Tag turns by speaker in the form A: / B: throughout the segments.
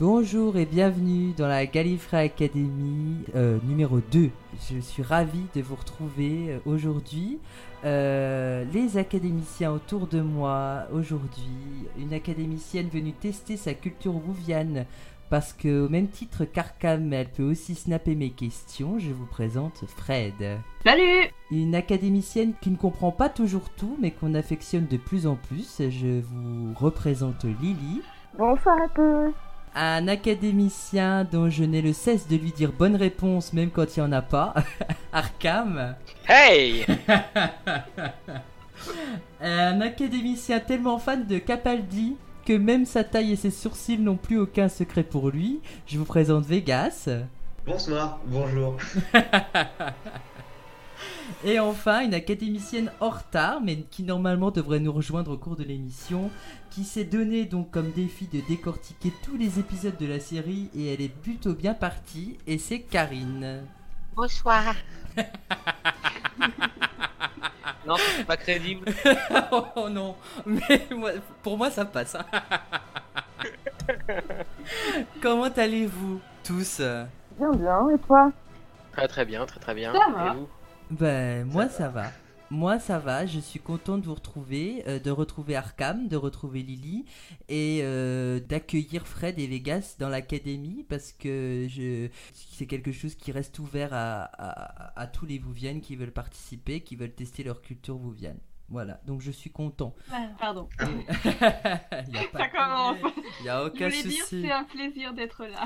A: Bonjour et bienvenue dans la Gallifrey Academy euh, numéro 2. Je suis ravi de vous retrouver euh, aujourd'hui. Euh, les académiciens autour de moi aujourd'hui, une académicienne venue tester sa culture rouviane parce que au même titre qu'Arkham, elle peut aussi snapper mes questions. Je vous présente Fred.
B: Salut
A: Une académicienne qui ne comprend pas toujours tout, mais qu'on affectionne de plus en plus. Je vous représente Lily.
C: Bonsoir à tous.
A: Un académicien dont je n'ai le cesse de lui dire bonne réponse, même quand il n'y en a pas. Arkham.
D: Hey
A: Un académicien tellement fan de Capaldi que même sa taille et ses sourcils n'ont plus aucun secret pour lui. Je vous présente Vegas.
E: Bonsoir, bonjour.
A: Et enfin, une académicienne en retard, mais qui normalement devrait nous rejoindre au cours de l'émission, qui s'est donnée donc comme défi de décortiquer tous les épisodes de la série, et elle est plutôt bien partie, et c'est Karine.
B: Bonsoir
D: Non, c'est pas crédible.
A: oh non, mais moi- pour moi ça passe. hein. Comment allez-vous tous
C: Bien, bien, et toi
D: Très très bien, très très bien.
B: Ça va.
D: Et vous
A: Ben, moi ça va. Moi ça va, je suis content de vous retrouver, euh, de retrouver Arkham, de retrouver Lily et euh, d'accueillir Fred et Vegas dans l'académie parce que je... c'est quelque chose qui reste ouvert à, à- à tous les Vouviennes qui veulent participer, qui veulent tester leur culture Vouvienne. Voilà, donc je suis content.
B: Pardon.
A: Il y a
B: Ça commence.
A: Il y a
B: Je
A: aucun
B: voulais dire,
A: souci.
B: c'est un plaisir d'être là.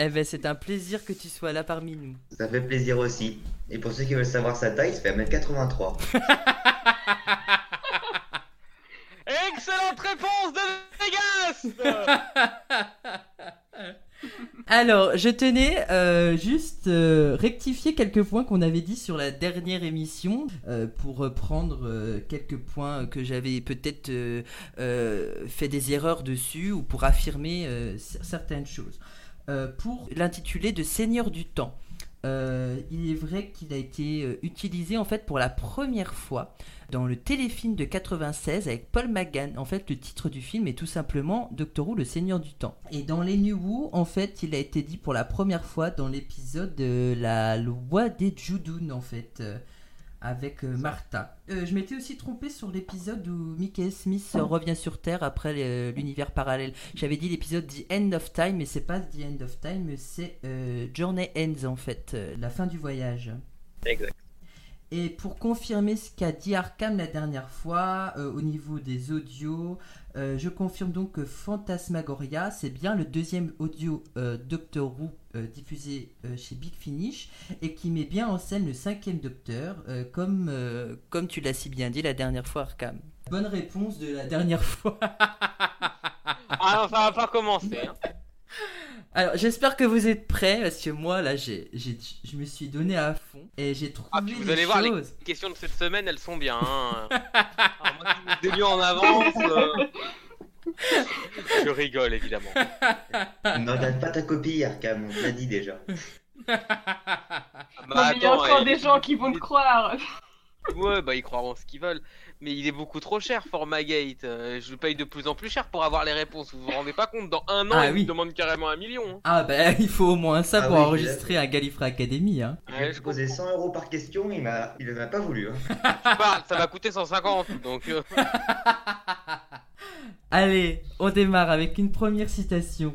A: Eh ben, c'est un plaisir que tu sois là parmi nous.
E: Ça fait plaisir aussi. Et pour ceux qui veulent savoir sa taille, ça fait 1m83.
D: Excellente réponse de Vegas
A: Alors, je tenais euh, juste euh, rectifier quelques points qu'on avait dit sur la dernière émission euh, pour reprendre euh, quelques points que j'avais peut-être euh, euh, fait des erreurs dessus ou pour affirmer euh, cer- certaines choses. Euh, pour l'intitulé de Seigneur du Temps, euh, il est vrai qu'il a été euh, utilisé en fait pour la première fois dans le téléfilm de 96 avec Paul McGann. En fait, le titre du film est tout simplement Doctor Who, le Seigneur du Temps. Et dans les New Who, en fait, il a été dit pour la première fois dans l'épisode de La Loi des Judoun, en fait, euh, avec euh, Martha. Euh, je m'étais aussi trompé sur l'épisode où Mickey Smith euh, revient sur Terre après euh, l'univers parallèle. J'avais dit l'épisode The End of Time, mais c'est pas The End of Time, c'est euh, Journey Ends, en fait, euh, la fin du voyage.
D: Exact.
A: Et pour confirmer ce qu'a dit Arkham la dernière fois euh, au niveau des audios, euh, je confirme donc que Fantasmagoria, c'est bien le deuxième audio euh, Doctor Who euh, diffusé euh, chez Big Finish et qui met bien en scène le cinquième Docteur, euh, comme, euh, comme tu l'as si bien dit la dernière fois, Arkham. Bonne réponse de la dernière fois.
D: Ah non, ça va pas commencer. hein.
A: Alors j'espère que vous êtes prêts parce que moi là j'ai, j'ai- je me suis donné à fond et j'ai trouvé
D: Ah, puis vous
A: des
D: allez
A: choses.
D: voir, les- Les questions de cette semaine, elles sont bien. Hein. Alors, moi, qui vous délire en avance. euh, Je rigole évidemment.
E: ne regarde pas ta copie, Arkham, on te l'a dit déjà.
D: Bah,
B: Non, mais il y a
D: attends,
B: encore
D: eh,
B: des gens qui vont le croire.
D: Ouais, bah ils croiront ce qu'ils veulent. Mais il est beaucoup trop cher, Formagate. Euh, je le paye de plus en plus cher pour avoir les réponses. Vous vous rendez pas compte Dans un an,
A: Ah
D: ils
A: oui.
D: me demandent carrément un million. hein.
A: Ah ben il faut au moins ça
E: Ah
A: pour
E: oui,
A: enregistrer un Gallifrey Academy. Hein.
E: Je vais
D: Ouais,
E: te
D: je
E: poser
D: comprends.
E: 100 euros par question, il m'a, il en a pas voulu. hein.
D: Tu parles, ça va coûter 150. Donc, euh,
A: Allez, on démarre avec une première citation.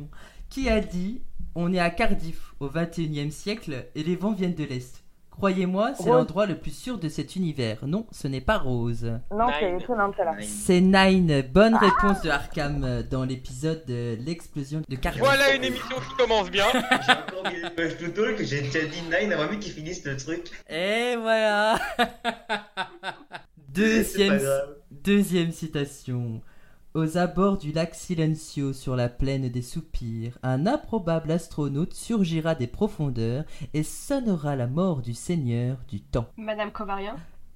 A: Qui a dit On est à Cardiff au 21e siècle et les vents viennent de l'Est Croyez-moi, c'est
C: Rose.
A: l'endroit le plus sûr de cet univers. Non, ce n'est pas Rose.
C: Non,
D: Nine.
C: c'est étonnant celle-là.
E: Nine.
A: C'est Nine. Bonne réponse de Arkham euh, dans l'épisode de l'explosion de Cardiff.
D: voilà une émission qui commence bien.
E: J'ai encore mis le push tout haut que j'ai déjà dit Nine avant même qu'il finisse le truc.
A: Et voilà
E: C'est
A: Deuxième
E: pas grave.
A: Deuxième citation. Aux abords du lac Silencio sur la plaine des soupirs, un improbable astronaute surgira des profondeurs et sonnera la mort du seigneur du temps.
B: Madame Covarien.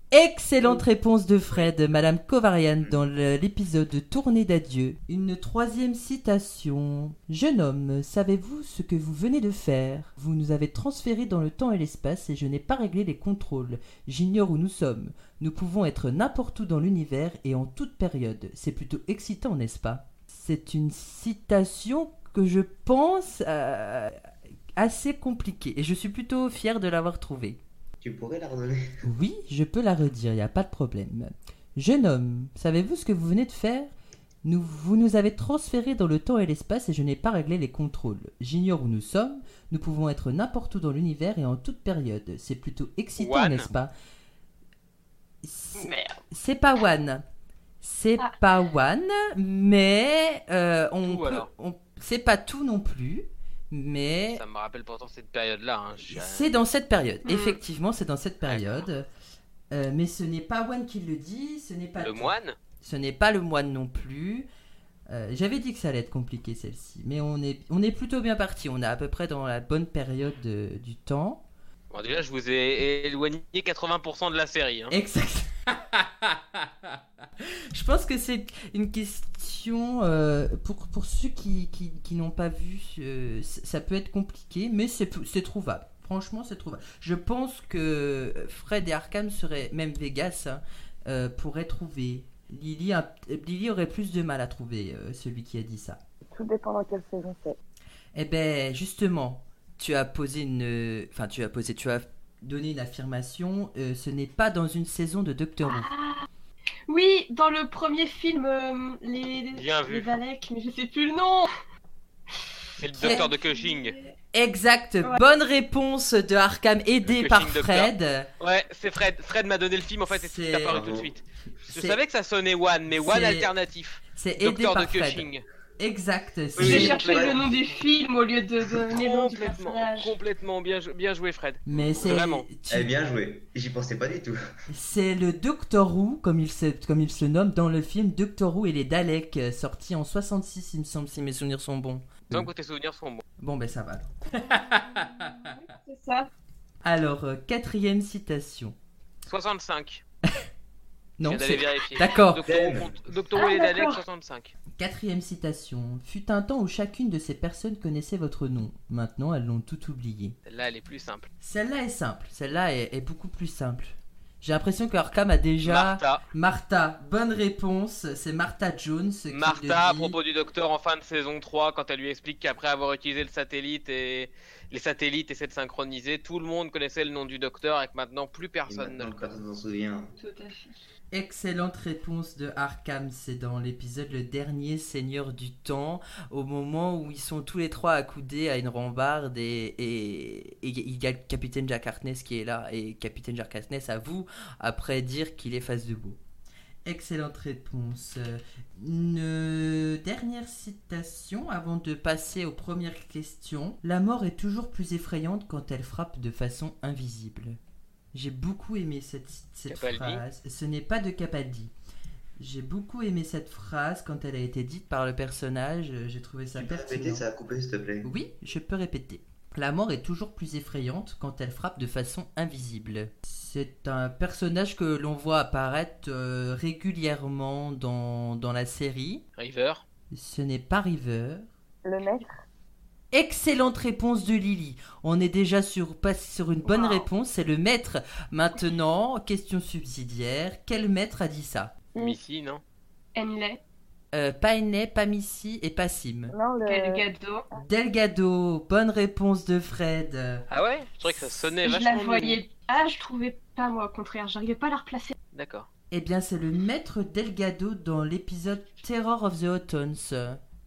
A: Excellente réponse de Fred, Madame Covarian, dans le- l'épisode de Tournée d'adieu. Une troisième citation. Jeune homme, savez-vous ce que vous venez de faire Vous nous avez transférés dans le temps et l'espace et je n'ai pas réglé les contrôles. J'ignore où nous sommes. Nous pouvons être n'importe où dans l'univers et en toute période. C'est plutôt excitant, n'est-ce pas C'est une citation que je pense euh, assez compliquée. Et je suis plutôt fier de l'avoir trouvée.
E: Tu pourrais la redonner
A: Oui, je peux la redire, il n'y a pas de problème. Jeune homme, savez-vous ce que vous venez de faire nous, Vous nous avez transféré dans le temps et l'espace et je n'ai pas réglé les contrôles. J'ignore où nous sommes, nous pouvons être n'importe où dans l'univers et en toute période. C'est plutôt excitant,
D: One.
A: n'est-ce pas C'est-
B: Merde.
A: C'est pas One. C'est
B: Ah.
A: pas One, mais euh, on,
D: Tout,
A: peut-
D: alors.
A: on- C'est pas tout non plus, mais
D: Ça me rappelle pourtant cette période-là. hein, je-
A: c'est dans cette période.
B: Mm.
A: Effectivement, c'est dans cette période. Euh, mais ce n'est pas One qui le dit, ce n'est pas
D: Le
A: tout.
D: moine
A: Ce n'est pas le moine non plus. Euh, J'avais dit que ça allait être compliqué celle-ci, mais on est, on est plutôt bien parti. On est à peu près dans la bonne période euh, du temps.
D: Bon, déjà, je vous ai éloigné 80% de la série. hein.
A: Exact. Je pense que c'est une question euh, pour, pour ceux qui, qui, qui n'ont pas vu, euh, c- ça peut être compliqué, mais c'est c'est trouvable. Franchement, c'est trouvable. Je pense que Fred et Arkham seraient, même Vegas, hein, euh, pourraient trouver. Lily, a- Lily aurait plus de mal à trouver euh, celui qui a dit ça.
C: Tout dépend dans quelle saison c'est.
A: Eh ben, justement, tu as posé une. Enfin, tu as posé, tu as donné une affirmation. euh, ce n'est pas dans une saison de Doctor Who.
B: Oui, dans le premier film, euh, les, les,
D: Bien vu.
B: les Valek, mais je sais plus le nom.
D: C'est le docteur de Cushing.
A: Exact,
B: Ouais.
A: bonne réponse de Arkham, aidée
D: Le
A: par
D: coaching
A: Fred.
D: Ouais, c'est Fred. Fred m'a donné le film en fait et
A: C'est-
D: c'est apparu tout de suite. Je
A: C'est-
D: savais que ça sonnait One, mais
A: C'est-
D: One alternatif.
A: C'est aidé
D: Docteur de
A: par Fred.
D: Cushing.
A: Exact. c'est-
D: Oui,
B: J'ai
D: oui.
B: cherché le nom du film au lieu de donner le nom du
D: Complètement,
B: personnage.
D: complètement bien, jou- bien joué Fred.
A: Mais c'est
D: Vraiment.
A: tu-
E: Eh bien joué. J'y pensais pas du tout.
A: c'est le Doctor Who comme il se comme il se nomme dans le film Doctor Who et les Daleks euh, sorti en 66 il me semble si mes souvenirs sont bons.
D: Tant que tes souvenirs sont bons.
A: Bon ben ça va. alors.
B: C'est ça.
A: Alors euh, quatrième citation.
D: 65.
A: Non,
D: je viens d'aller
A: c'est
D: vérifier.
A: D'accord.
D: Docteur
E: Damn.
D: Who compte- Docteur Who
B: Ah,
D: et les Daleks
B: d'accord.
D: 65.
A: Quatrième citation. Fut un temps où chacune de ces personnes connaissait votre nom. Maintenant, elles l'ont tout oublié.
D: Là, elle est plus simple.
A: Celle-là est simple. Celle-là est, est beaucoup plus simple. J'ai l'impression que Arkham a déjà.
D: Martha,
A: Martha. Bonne réponse. C'est Martha Jones. qui le
D: Martha à
A: dit.
D: propos du docteur en fin de saison 3 quand elle lui explique qu'après avoir utilisé le satellite et les satellites et s'être synchronisé, tout le monde connaissait le nom du docteur et que maintenant plus personne ne
E: Maintenant,
D: le connaît.
E: personne s'en souvient.
B: Tout à fait.
A: Excellente réponse de Arkham. C'est dans l'épisode Le dernier Seigneur du Temps, au moment où ils sont tous les trois accoudés à une rambarde et, et- et il y a le capitaine Jack Harkness qui est là. Et capitaine Jack Harkness avoue, après dire qu'il est face debout. Excellente réponse. Une dernière citation avant de passer aux premières questions. La mort est toujours plus effrayante quand elle frappe de façon invisible. J'ai beaucoup aimé cette, cette
D: Capaldi
A: phrase. Ce n'est pas de Capaldi. J'ai beaucoup aimé cette phrase quand elle a été dite par le personnage. euh, J'ai trouvé ça
E: Tu peux répéter,
A: pertinent.
E: ça a coupé s'il te plaît.
A: Oui, je peux répéter. La mort est toujours plus effrayante quand elle frappe de façon invisible. C'est un personnage que l'on voit apparaître euh, régulièrement dans, dans la série.
D: River.
A: Ce n'est pas River.
C: Le maître,
A: Excellente réponse de Lily. On est déjà sur, pas sur une bonne
B: Wow.
A: réponse, c'est le maître. Maintenant, question subsidiaire, quel maître a dit ça
D: Missy, non
B: Henley,
A: euh, Pas Aîné, pas Missy et pas Sim.
C: non le.
B: Delgado.
A: Delgado, bonne réponse de Fred.
D: Ah ouais Je trouvais que ça sonnait
B: Je
D: vachement.
B: la
D: mieux.
B: voyais pas, je trouvais pas moi, au contraire. J'arrivais pas à la replacer.
D: D'accord.
A: Eh bien, c'est le maître Delgado dans l'épisode Terror of the Autons,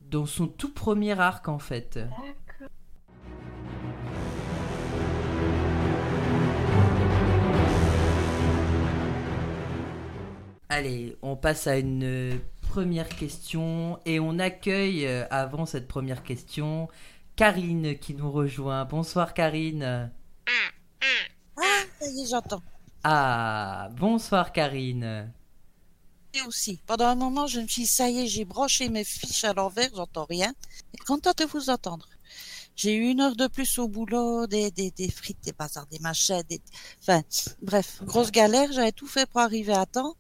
A: dans son tout premier arc en fait. Allez, on passe à une euh, première question et on accueille euh, avant cette première question Karine qui nous rejoint. Bonsoir Karine.
F: Ah, ça y est, j'entends.
A: Ah, bonsoir Karine.
F: Et aussi, pendant un moment, je me suis dit, ça y est, j'ai branché mes fiches à l'envers, j'entends rien. Et content de vous entendre. J'ai eu une heure de plus au boulot, des, des, des frites, des bazars, des machins, des... Enfin, bref, grosse galère, j'avais tout fait pour arriver à temps,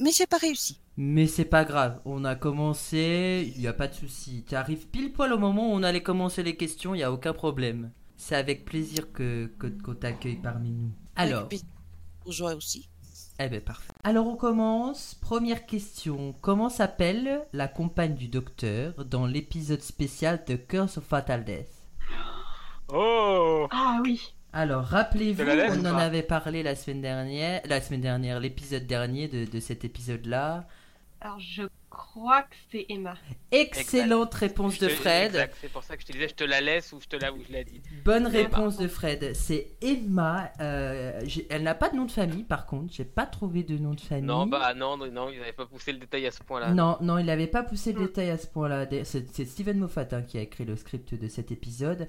F: mais j'ai pas réussi.
A: Mais c'est pas grave, on a commencé, il n'y a pas de souci. Tu arrives pile poil au moment où on allait commencer les questions, il n'y a aucun problème. C'est avec plaisir que, que, qu'on t'accueille parmi nous. Alors,
F: Et puis, Pour jouer aussi.
A: Eh ben parfait. Alors on commence. Première question. Comment s'appelle la compagne du docteur dans l'épisode spécial de Curse of Fatal Death
D: Oh
B: Ah oui.
A: Alors, rappelez-vous,
D: De la lèvre
A: on
D: ou
A: en
D: pas
A: avait parlé la semaine dernière, la semaine dernière, l'épisode dernier de, de cet épisode-là.
B: Alors je crois que c'est Emma.
A: Excellente réponse
D: Je
A: de
D: te-
A: Fred.
D: exact, C'est pour ça que je te disais, je te la laisse ou je te la ou je la dis.
A: Bonne
D: Emma.
A: réponse de Fred. C'est Emma. euh, j'ai- elle n'a pas de nom de famille, par contre. J'ai pas trouvé de nom de famille.
D: Non, bah non, non, non, ils n'avaient pas poussé le détail à ce point-là.
A: Non, non, il n'avait pas poussé le
B: Mm.
A: détail à ce point-là. D'ailleurs, C'est c'est Steven Moffat hein, qui a écrit le script de cet épisode.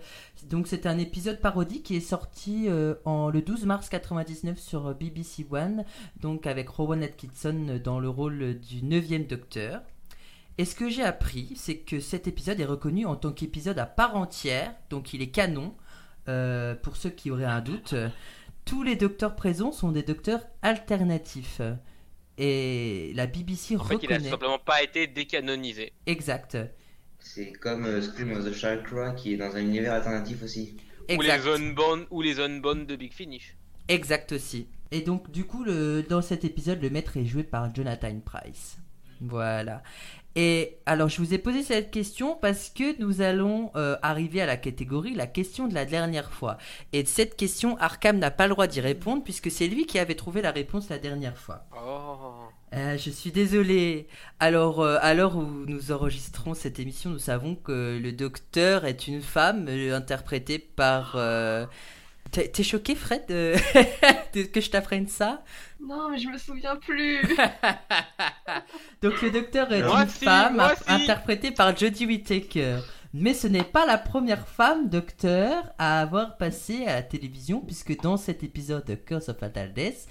A: Donc c'est un épisode parodie qui est sorti euh, en, le 12 mars 99 sur euh, BBC One, donc avec Rowan Atkinson euh, dans le rôle du 9e Docteur. Et ce que j'ai appris, c'est que cet épisode est reconnu en tant qu'épisode à part entière, donc il est canon. Euh, pour ceux qui auraient un doute, euh, tous les docteurs présents sont des docteurs alternatifs. Et la BBC
D: En fait, il
A: reconnaît.
D: a tout simplement pas été décanonisé.
A: Exact.
E: C'est comme euh, Scream of the Chakra qui est dans un univers alternatif aussi.
D: Ou les
A: Exact.
D: unbound ou les unbound de Big Finish.
A: Exact aussi. Et donc, du coup, le, dans cet épisode, le maître est joué par Jonathan Price. Voilà. Et alors, je vous ai posé cette question parce que nous allons euh, arriver à la catégorie la question de la dernière fois. Et cette question, Arkham n'a pas le droit d'y répondre puisque c'est lui qui avait trouvé la réponse la dernière fois.
D: Oh.
A: Euh, je suis désolé. Alors, euh, à l'heure où nous enregistrons cette émission, nous savons que le docteur est une femme euh, interprétée par. euh, T'es t'es choqué, Fred, euh, de- que je t'apprenne ça
B: Non, mais je me souviens plus.
A: Donc, le docteur est
D: Moi
A: une
D: si,
A: femme
D: moi
A: ap-
D: si.
A: interprétée par Jodie Whittaker. Mais ce n'est pas la première femme docteur à avoir passé à la télévision, puisque dans cet épisode de Curse of Fatal Death,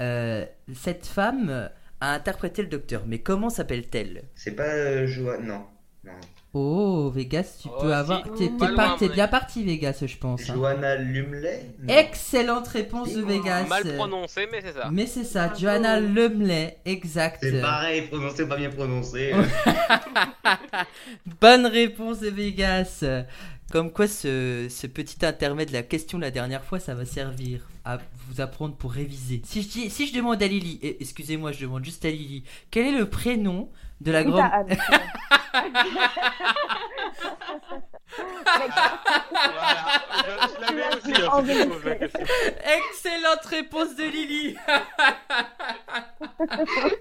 A: euh, cette femme a interprété le docteur. Mais comment s'appelle-t-elle
E: C'est pas euh, Joa- Non. non.
A: Oh, Vegas, tu
D: Oh,
A: peux
D: si.
A: avoir. T'es,
B: Pas
A: t'es
D: loin,
A: par-
D: à mon
A: t'es
D: avis.
A: bien parti, Vegas, je pense. hein.
E: Joanna Lumley Non.
A: Excellente réponse de Vegas.
D: Mal prononcé, mais c'est ça.
A: Mais c'est ça,
B: Bravo.
A: Johanna Lemley, exact.
E: C'est pareil, prononcé, pas bien prononcé.
A: Bonne réponse de Vegas. Comme quoi, ce, ce petit intermède, la question de la dernière fois, ça va servir à vous apprendre pour réviser. Si je, dis- si je demande à Lily, eh, excusez-moi, je demande juste à Lily, quel est le prénom de la
C: Oui, t'as
A: grande.
C: Anne.
D: Voilà. Je- je l'avais aussi,
C: l'as
D: hein, c'est
C: enregistré.
D: une chose, la question.
A: Excellente réponse de Lily.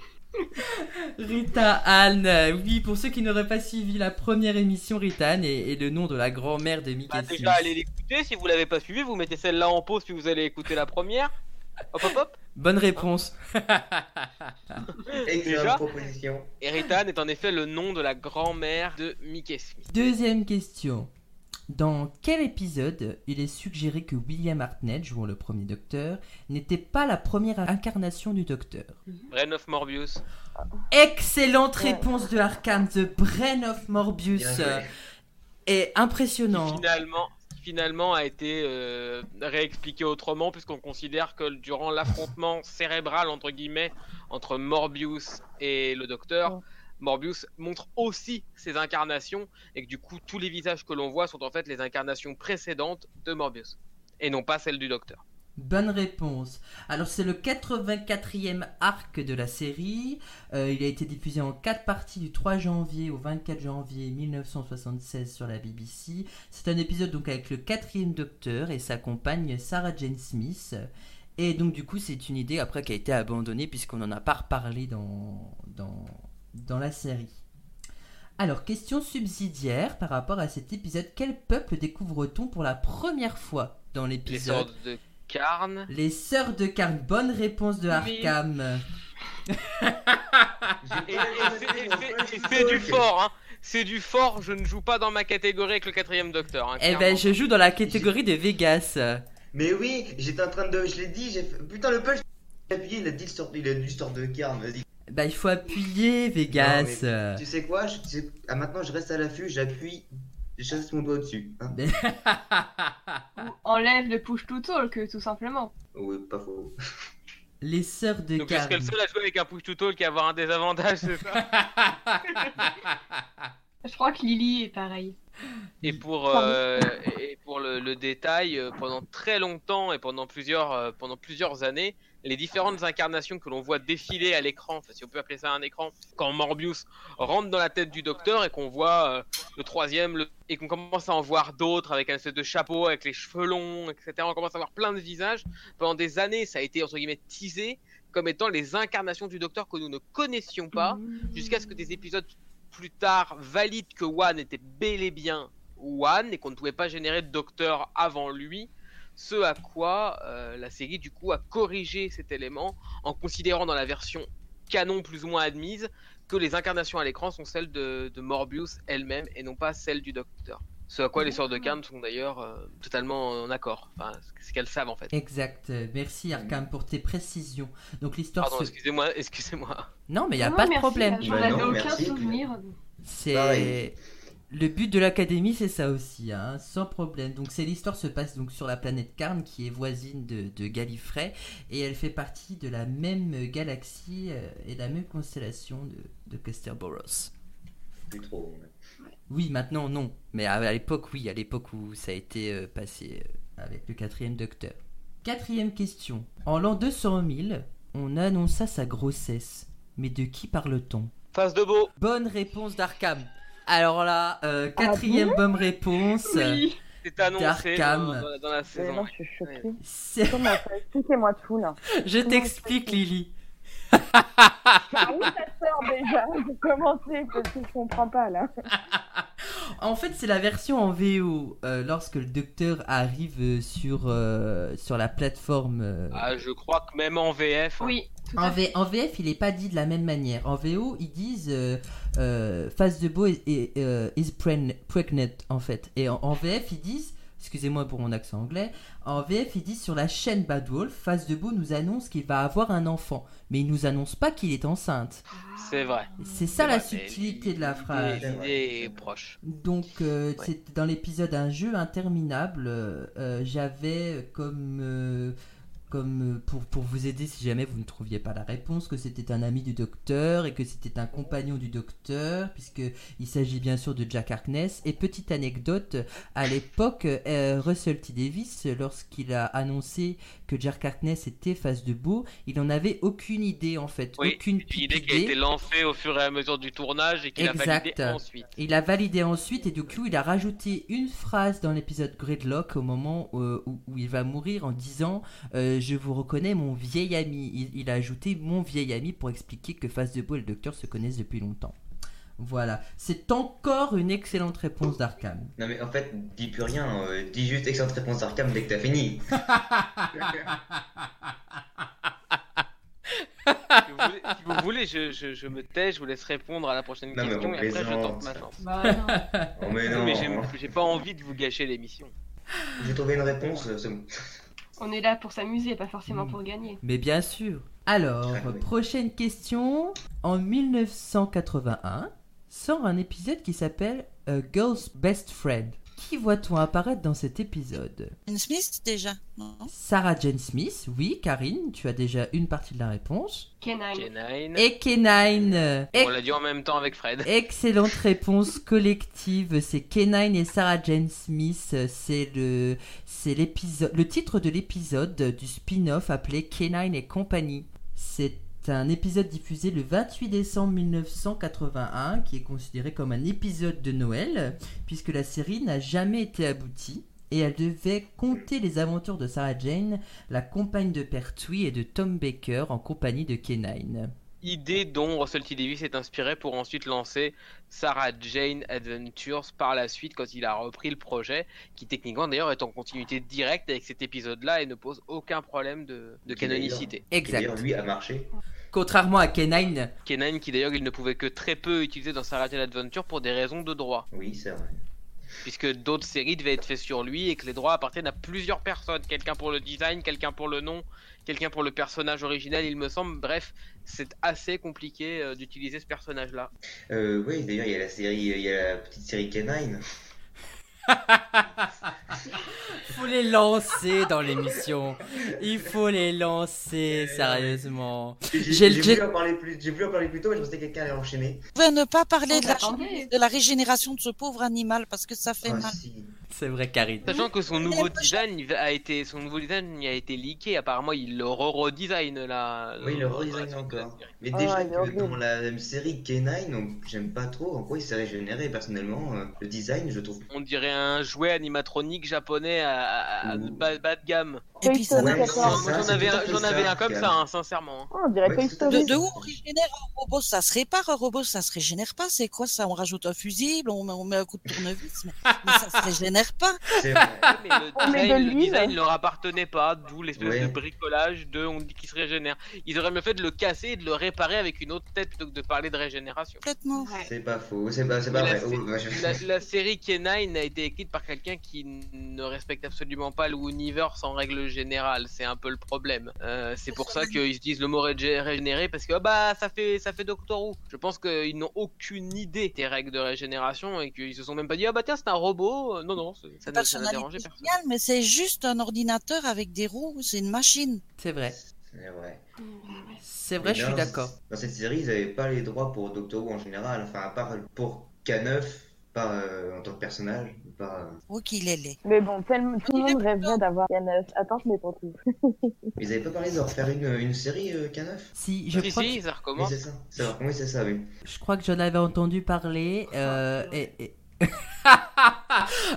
A: Rita Anne, oui, pour ceux qui n'auraient pas suivi la première émission, Rita Anne est, est le nom de la grand-mère de Mickey
D: Bah,
A: Sims.
D: déjà, allez l'écouter. Si vous l'avez pas suivi, vous mettez celle-là en pause puis vous allez écouter la première. Hop hop hop.
A: Bonne réponse.
D: Déjà
E: Excellente proposition.
D: Eritan est en effet le nom de la grand-mère de Mickey Smith.
A: Deuxième question. Dans quel épisode il est suggéré que William Hartnett, jouant le premier docteur, n'était pas la première incarnation du docteur
D: Brain of Morbius.
A: Excellente
C: Ouais.
A: réponse de Arkham, The Brain of
E: Bien
A: Morbius.
E: joué.
A: Et
D: Qui
A: impressionnant.
D: finalement, qui finalement a été euh, réexpliqué autrement, puisqu'on considère que durant l'affrontement cérébral, entre guillemets, entre Morbius et le docteur,
C: Ouais.
D: Morbius montre aussi ses incarnations, et que du coup, tous les visages que l'on voit sont en fait les incarnations précédentes de Morbius, et non pas celles du docteur.
A: Bonne réponse. Alors c'est le 84e arc de la série. Euh, il a été diffusé en 4 parties du 3 janvier au 24 janvier 1976 sur la BBC. C'est un épisode donc avec le quatrième docteur et sa compagne Sarah Jane Smith. Et donc du coup c'est une idée après qui a été abandonnée puisqu'on n'en a pas reparlé dans, dans, dans la série. Alors question subsidiaire par rapport à cet épisode. Quel peuple découvre-t-on pour la première fois dans
D: Les
A: l'épisode
D: sortes de Carne.
A: les sœurs de Carne, bonne réponse de
D: Oui.
A: Arkham.
D: Et, et c'est- et c'est- et c'est du fort, hein. C'est du fort, je ne joue pas dans ma catégorie avec le quatrième docteur. hein,
A: Eh ben,
D: clairement.
A: je joue dans la catégorie de Vegas.
E: Mais oui, j'étais en train de. Je l'ai dit, j'ai fait. Putain, le punch, j'ai appuyé, il a dit le sort, il a dit le sort de Karn, vas-y.
A: Bah, il faut appuyer,
E: Non, mais
A: Vegas.
E: Tu sais quoi je, tu sais- ah, Maintenant, je reste à l'affût, j'appuie, je reste mon doigt dessus. hein.
B: Ou enlève le push to talk tout simplement.
E: Oui, pas faux.
A: Les sœurs de
D: Donc je serais
A: Carne.
D: le seul à jouer avec un push to talk qui avoir un désavantage, c'est ça
B: Je crois que Lily est pareil.
D: Et pour, euh, et pour le, le détail, euh, pendant très longtemps et pendant plusieurs, euh, pendant plusieurs années, les différentes incarnations que l'on voit défiler à l'écran, enfin, si on peut appeler ça un écran, quand Morbius rentre dans la tête du docteur et qu'on voit euh, le troisième, le- et qu'on commence à en voir d'autres avec un espèce de chapeau, avec les cheveux longs, etc. On commence à voir plein de visages. Pendant des années, ça a été entre guillemets teasé comme étant les incarnations du docteur que nous ne connaissions pas Bah, jusqu'à ce que des épisodes plus tard valident que Wan était bel et bien Wan et qu'on ne pouvait pas générer de docteur avant lui. Ce à quoi euh, la série du coup a corrigé cet élément en considérant dans la version canon plus ou moins admise que les incarnations à l'écran sont celles de, de Morbius elle-même et non pas celles du docteur. Ce à quoi les sœurs de Cannes sont d'ailleurs euh, totalement en accord. Enfin, c'est ce qu'elles savent en fait.
A: Exact. Euh, Merci Arkham pour tes précisions. Donc l'histoire
D: Pardon,
A: se-
D: excusez-moi, excusez-moi.
A: Non, mais il n'y a pas de problème.
B: J'en
E: Bah
B: avais
E: non,
B: aucun
E: merci.
B: souvenir.
A: C'est
E: Pareil.
A: le but de l'académie, c'est ça aussi, hein, sans problème. Donc c'est l'histoire se passe donc sur la planète Karn qui est voisine de, de Gallifrey et elle fait partie de la même galaxie euh, et la même constellation de, de Custerboros.
E: Plus trop. ouais.
A: Oui, maintenant non, mais à, à l'époque oui, à l'époque où ça a été euh, passé euh, avec le quatrième Docteur. Quatrième question. En l'an 200 000, on annonça sa grossesse. Mais de qui parle-t-on
D: Face de beau.
A: Bonne réponse d'Arkham. Alors là, euh, quatrième bonne réponse.
B: Oui.
D: C'est annoncé
A: Darkham.
D: dans, dans- dans la
C: Mais
D: saison.
C: euh, non, je suis choquée.
A: C'est-
C: Comment ça Expliquez-moi tout, là.
A: Je t'explique, Lily.
C: Ah oui, ça sort déjà. Vous commencez, parce que je comprends pas, là.
A: En fait, c'est la version en VO euh, lorsque le docteur arrive euh, sur, euh, sur la plateforme. euh,
D: Ah, je crois que même en hein. VF.
B: Oui, tout
A: En,
B: à fait.
A: V- en VF, il n'est pas dit de la même manière. En VO, ils disent euh, euh, Face de Beau is, et- euh, is pregn- pregnant, en fait. Et en, en VF, ils disent, excusez-moi pour mon accent anglais, en VF, ils disent sur la chaîne Bad Wolf, Face de Beau nous annonce qu'il va avoir un enfant, mais il nous annonce pas qu'il est enceinte.
B: Ah.
D: C'est vrai.
A: C'est ça la
D: C'est vrai, mais
A: subtilité de la
D: l'idée-
A: phrase.
D: L'idée est proche.
A: Donc, euh,
D: Ouais.
A: c'est dans l'épisode Un jeu interminable, euh, euh, j'avais comme. euh, comme euh, pour, pour vous aider si jamais vous ne trouviez pas la réponse, que c'était un ami du docteur et que c'était un compagnon du docteur, puisqu'il s'agit bien sûr de Jack Harkness. Et petite anecdote, à l'époque, euh, Russell T. Davis, lorsqu'il a annoncé que Jack Harkness était face de beau, il n'en avait aucune idée en fait,
D: Oui,
A: aucune
D: C'est une idée
A: pipe
D: qui a été lancée au fur et à mesure du tournage et qu'il a validée
A: Exact.
D: ensuite.
A: Il a validé ensuite et du coup il a rajouté une phrase dans l'épisode Gridlock au moment euh, où, où il va mourir en disant euh, je vous reconnais mon vieil ami. Il, il a ajouté mon vieil ami pour expliquer que Face de Beau et le Docteur se connaissent depuis longtemps. Voilà, c'est encore une excellente réponse d'Arkham.
E: Non mais en fait, dis plus rien, euh, dis juste excellente réponse d'Arkham dès que t'as fini.
D: si, vous voulez, si vous voulez, je, je- je me tais, je vous laisse répondre à la prochaine
E: Non, mais
D: question
E: on
D: et après je
E: plaisante.
D: tente ma chance.
B: Bah, non.
E: Oh, mais non,
D: Mais j'ai- j'ai pas envie de vous gâcher l'émission.
E: j'ai trouvé une réponse, euh, c'est bon.
B: On est là pour s'amuser, pas forcément
A: Mm.
B: pour gagner.
A: Mais bien sûr. Alors,
E: Ah oui.
A: prochaine question. En 1981 sort un épisode qui s'appelle A Girl's Best Friend. Qui voit-on apparaître dans cet épisode
F: Une Smith déjà non
A: Sarah Jane Smith, oui, Karine, tu as déjà une partie de la réponse.
B: Kenai.
D: K9,
A: Et Kenine, euh,
D: on
A: ex-
D: l'a dit en même temps avec Fred.
A: excellente réponse collective, c'est Kenine et Sarah Jane Smith, euh, c'est le c'est l'épisode le titre de l'épisode euh, du spin-off appelé Kenine et compagnie. C'est un épisode diffusé le 28 décembre 1981 qui est considéré comme un épisode de Noël puisque la série n'a jamais été aboutie et elle devait compter les aventures de Sarah Jane, la compagne de Pertwee et de Tom Baker en compagnie de Kenine.
D: Idée dont Russell T. Davis est inspiré pour ensuite lancer Sarah Jane Adventures par la suite quand il a repris le projet, qui techniquement d'ailleurs est en continuité directe avec cet épisode-là et ne pose aucun problème de, de
E: Qui, d'ailleurs,
D: canonicité.
E: qui,
A: Exact.
E: D'ailleurs, lui a marché.
A: Contrairement à Kenine,
D: Kenan qui d'ailleurs il ne pouvait que très peu utiliser dans Sarah Jane Adventure pour des raisons de droit,
E: Oui, c'est vrai.
D: puisque d'autres séries devaient être faites sur lui et que les droits appartiennent à plusieurs personnes, quelqu'un pour le design, quelqu'un pour le nom, quelqu'un pour le personnage original il me semble, bref, c'est assez compliqué euh, d'utiliser ce personnage-là.
E: Euh, oui, d'ailleurs, il y a la série, il y a la petite série Canine.
A: faut les lancer dans l'émission. Il faut les lancer, sérieusement. J'ai
E: J'ai
A: le
E: j'ai
A: jet-
E: voulu en parler plus, j'ai voulu en parler plus tôt, mais je pensais que quelqu'un allait enchaîner.
F: pouvait ne pas parler
B: On
F: de la,
B: attendait.
F: de la régénération de ce pauvre animal parce que ça fait
E: Ah,
F: mal.
E: si.
A: C'est vrai, Karine.
D: Sachant que son nouveau design il a été, son nouveau design il a été leaké. Apparemment, il le redesign là.
E: Oui, le redesign encore. Mais
C: Ah,
E: déjà
C: il est
E: que
C: horrible.
E: dans la même série K9, donc j'aime pas trop en quoi il s'est régénéré personnellement. euh, le design, je trouve.
D: On dirait un jouet animatronique japonais à, à- à-
E: Ouh.
D: bas, bas de gamme.
F: Et puis ça
E: Ouais,
F: nous
E: c'est
F: apporte-
E: ça,
D: Moi, j'en
E: c'est
D: avais,
E: tout
D: un-
E: à fait
D: j'en
E: ça,
D: avais un comme
E: Pierre.
D: ça, hein, sincèrement.
C: Oh, on dirait
E: Ouais,
C: Toy
E: c'est tout à
C: Story.
F: De, de où on régénère un robot Ça se répare un robot, ça se régénère pas. C'est quoi ça On rajoute un fusible, on, met- on met un coup de tournevis, mais, mais ça se régénère pas.
E: C'est vrai.
D: Mais le
C: On met de
D: design, le
C: l'huile.
D: design leur appartenait pas, d'où l'espèce
E: Ouais.
D: de bricolage de on dit qu'il se régénère. Ils auraient mieux fait de le casser et de le réparer avec une autre tête plutôt que de parler de régénération.
F: Complètement.
E: C'est pas faux, c'est pas, c'est pas
D: Mais là,
E: vrai. Oh, bah, je-
D: La, la série K9 a été écrite par quelqu'un qui n- ne respecte absolument pas le universe en règle générale. C'est un peu le problème. Euh, c'est pour ça qu'ils se disent le mot régé- régénéré parce que ah bah ça fait ça fait Doctor Who. Je pense qu'ils n'ont aucune idée des règles de régénération et qu'ils se sont même pas dit ah bah tiens c'est un robot. Euh, Non non c'est- ça ne- ça n'a dérangé
F: Personnalité
D: personne.
F: géniale, mais c'est juste un ordinateur avec des roues, c'est une machine.
A: C'est vrai.
E: C'est vrai.
A: C'est vrai, je suis
E: Dans-
A: d'accord.
E: Dans cette série, ils avaient pas les droits pour Doctor Who en général, enfin, à part pour K9, pas euh, en tant que personnage, pas. euh,
F: Oui, Oh, qu'il est laid.
C: Mais bon, tellement, tout le
F: Il est
C: monde rêverait d'avoir Yann. Attends, je mets ton tout.
E: Ils avaient pas parlé de refaire une, une série euh, K9
A: Si, je
D: si
A: crois,
D: si ça
E: Oui,
D: recommence.
E: c'est ça. C'est vrai, oui, c'est ça, oui.
A: je crois que j'en avais entendu parler. euh, et, et-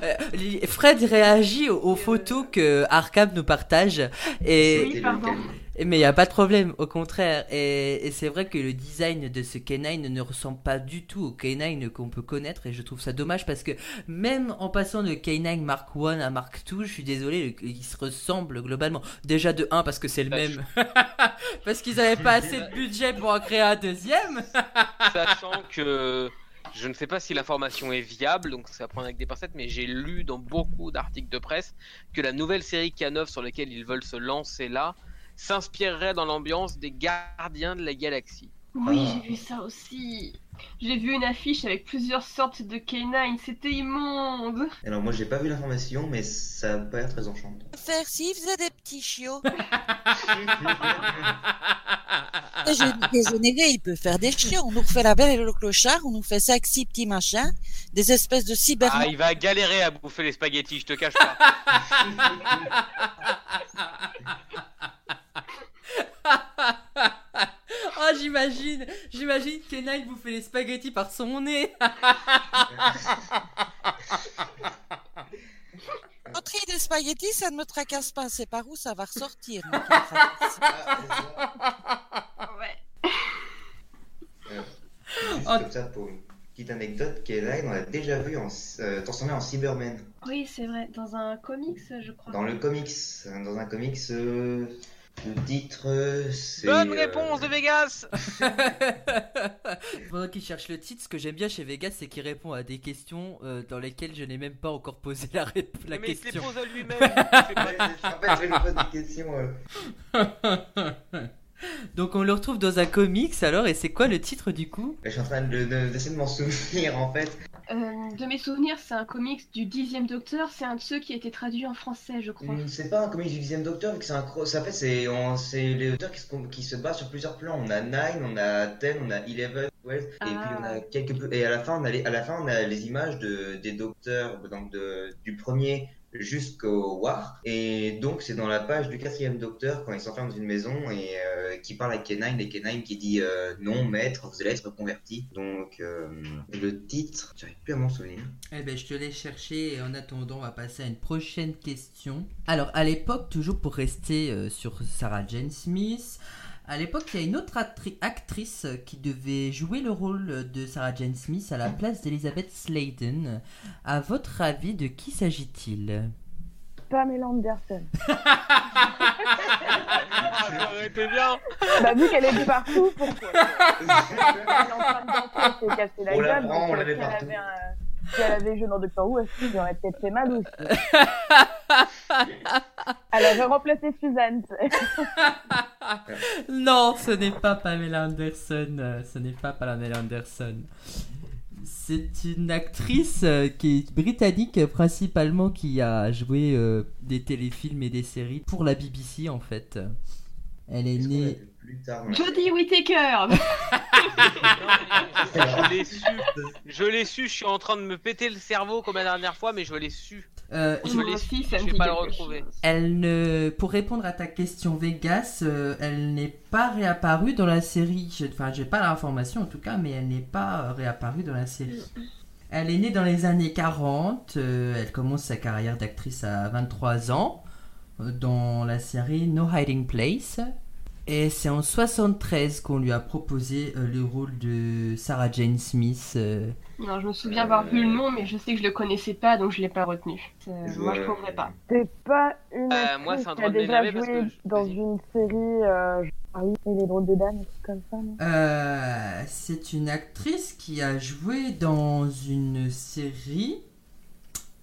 A: Euh, Fred réagit aux, aux photos que Arkham nous partage. Et,
E: C'était le
B: pardon.
E: cas.
A: Et Mais il n'y a pas de problème, au contraire. Et, et c'est vrai que le design de ce K9 ne ressemble pas du tout au K9 qu'on peut connaître. Et je trouve ça dommage parce que même en passant de K9 Mark 1 à Mark 2, je suis désolé, le- ils se ressemblent globalement. Déjà de 1 parce que c'est le
D: Bah,
A: même. parce qu'ils n'avaient pas assez de budget pour en créer un deuxième.
D: Sachant que je ne sais pas si l'information est viable, donc ça prend avec des pincettes, mais j'ai lu dans beaucoup d'articles de presse que la nouvelle série K9 sur laquelle ils veulent se lancer là s'inspirerait dans l'ambiance des gardiens de la galaxie.
B: Oui,
E: Ah.
B: j'ai vu ça aussi. J'ai vu une affiche avec plusieurs sortes de canines, c'était immonde.
E: Alors, moi, j'ai pas vu l'information, mais ça a pas l'air très enchantant.
F: Faire s'il faisait des petits chiots. Et J'ai dégénéré, il peut faire des chiots. On nous refait la belle et le clochard, on nous fait ça avec six petits machins, des espèces de cyber.
D: Ah, il va galérer à bouffer les spaghettis, je te cache pas.
A: Oh, j'imagine, j'imagine K9 vous fait les spaghettis par son nez.
F: Entrer des spaghettis, ça ne me tracasse pas. C'est par où ça va ressortir. moi, qui me tracasse.
B: Ah Ouais.
E: Juste
A: Oh.
E: comme ça, pour une petite anecdote, K9, on l'a déjà vu en, euh, transformé en Cyberman.
B: Oui, c'est vrai, dans un comics, je crois.
E: Dans le comics, hein, dans un comics, euh, le titre euh, c'est.
D: Bonne
E: euh,
D: réponse de Vegas
A: Pendant qu'il cherche le titre, ce que j'aime bien chez Vegas, c'est qu'il répond à des questions euh, dans lesquelles je n'ai même pas encore posé la, ré- la
D: Mais il se les
A: question.
D: pose à lui-même. C'est pas-
E: Ouais, c'est- en fait, je vais lui poser des questions. euh.
A: Donc on le retrouve dans un comics alors, et c'est quoi le titre du coup
E: Je suis en train de- de- d'essayer de, m'en souvenir en fait.
B: Euh, de mes souvenirs, c'est un comics du dixième Docteur, c'est un de ceux qui a été traduit en français, je crois.
E: Hum, C'est pas un comics du 10 Docteur, vu que c'est un cross. En fait, c'est on- c'est les auteurs qui se, com- qui se battent sur plusieurs plans. On a 9, on a 10, on a 11, 12, et
B: Ah.
E: puis on a quelques peu- Et à la fin, on a les, à la fin, on a les images de, des docteurs, donc de, du premier jusqu'au War. Et donc, c'est dans la page du quatrième docteur, quand il s'enferme dans une maison et euh, qui parle à Kenine, et Kenine qui dit euh, Non, maître, vous allez être converti. Donc, euh, le titre, j'arrive plus à m'en souvenir.
A: Eh ben je te laisse chercher, et en attendant on va passer à une prochaine question. Alors à l'époque, toujours pour rester euh, sur Sarah Jane Smith, à l'époque il y a une autre attri- actrice qui devait jouer le rôle de Sarah Jane Smith à la place d'Elizabeth Sladen. À votre avis, de qui s'agit-il
C: Pamela Anderson.
D: Ah, ça aurait été bien.
C: Bah, vu qu'elle était partout, pourquoi Elle est en train de danser, elle s'est cassée la
E: On la
C: gueule.
E: prend,
C: donc,
E: on la met
C: si elle
E: partout.
C: avait un- Si elle avait joué dans Doctor Who, elle lui aurait peut-être fait mal aussi. Elle avait remplacé Suzanne.
A: Non, ce n'est pas Pamela Anderson. euh, Ce n'est pas Pamela Anderson. C'est une actrice euh, qui est britannique euh, principalement qui a joué euh, des téléfilms et des séries pour la BBC en fait. Elle est
E: Est-ce qu'on
A: née.
E: l'a- plus tard.
B: Jodie Whittaker
D: je l'ai su. Je l'ai su, je suis en train de me péter le cerveau comme la dernière fois, mais je l'ai su.
A: Euh,
D: Je l'ai su,
B: aussi, ça
D: je
B: me
D: vais
B: dit
D: pas le
B: quelque
D: retrouver.
B: chose.
A: Elle ne, pour répondre à ta question Vegas, euh, elle n'est pas réapparue dans la série. Je- Enfin, j'ai pas l'information en tout cas, mais elle n'est pas euh, réapparue dans la série. Elle est née dans les années 40. euh, elle commence sa carrière d'actrice à 23 ans euh, dans la série No Hiding Place. Et c'est en 73 qu'on lui a proposé euh, le rôle de Sarah Jane Smith. euh,
B: Non, je me souviens avoir vu le nom, mais je sais que je le connaissais pas, donc je l'ai pas retenu. Euh,
E: Je
B: moi, je
E: vois-
B: trouverais pas.
C: C'est pas une
D: Euh, moi,
C: actrice
D: c'est un
C: qui a
D: drôle de
C: déjà
D: navet parce
C: joué
D: que je-
C: dans
D: vas-y.
C: une série, euh, Harry et les drôles de dames, un truc comme ça, non
A: Euh, c'est une actrice qui a joué dans une série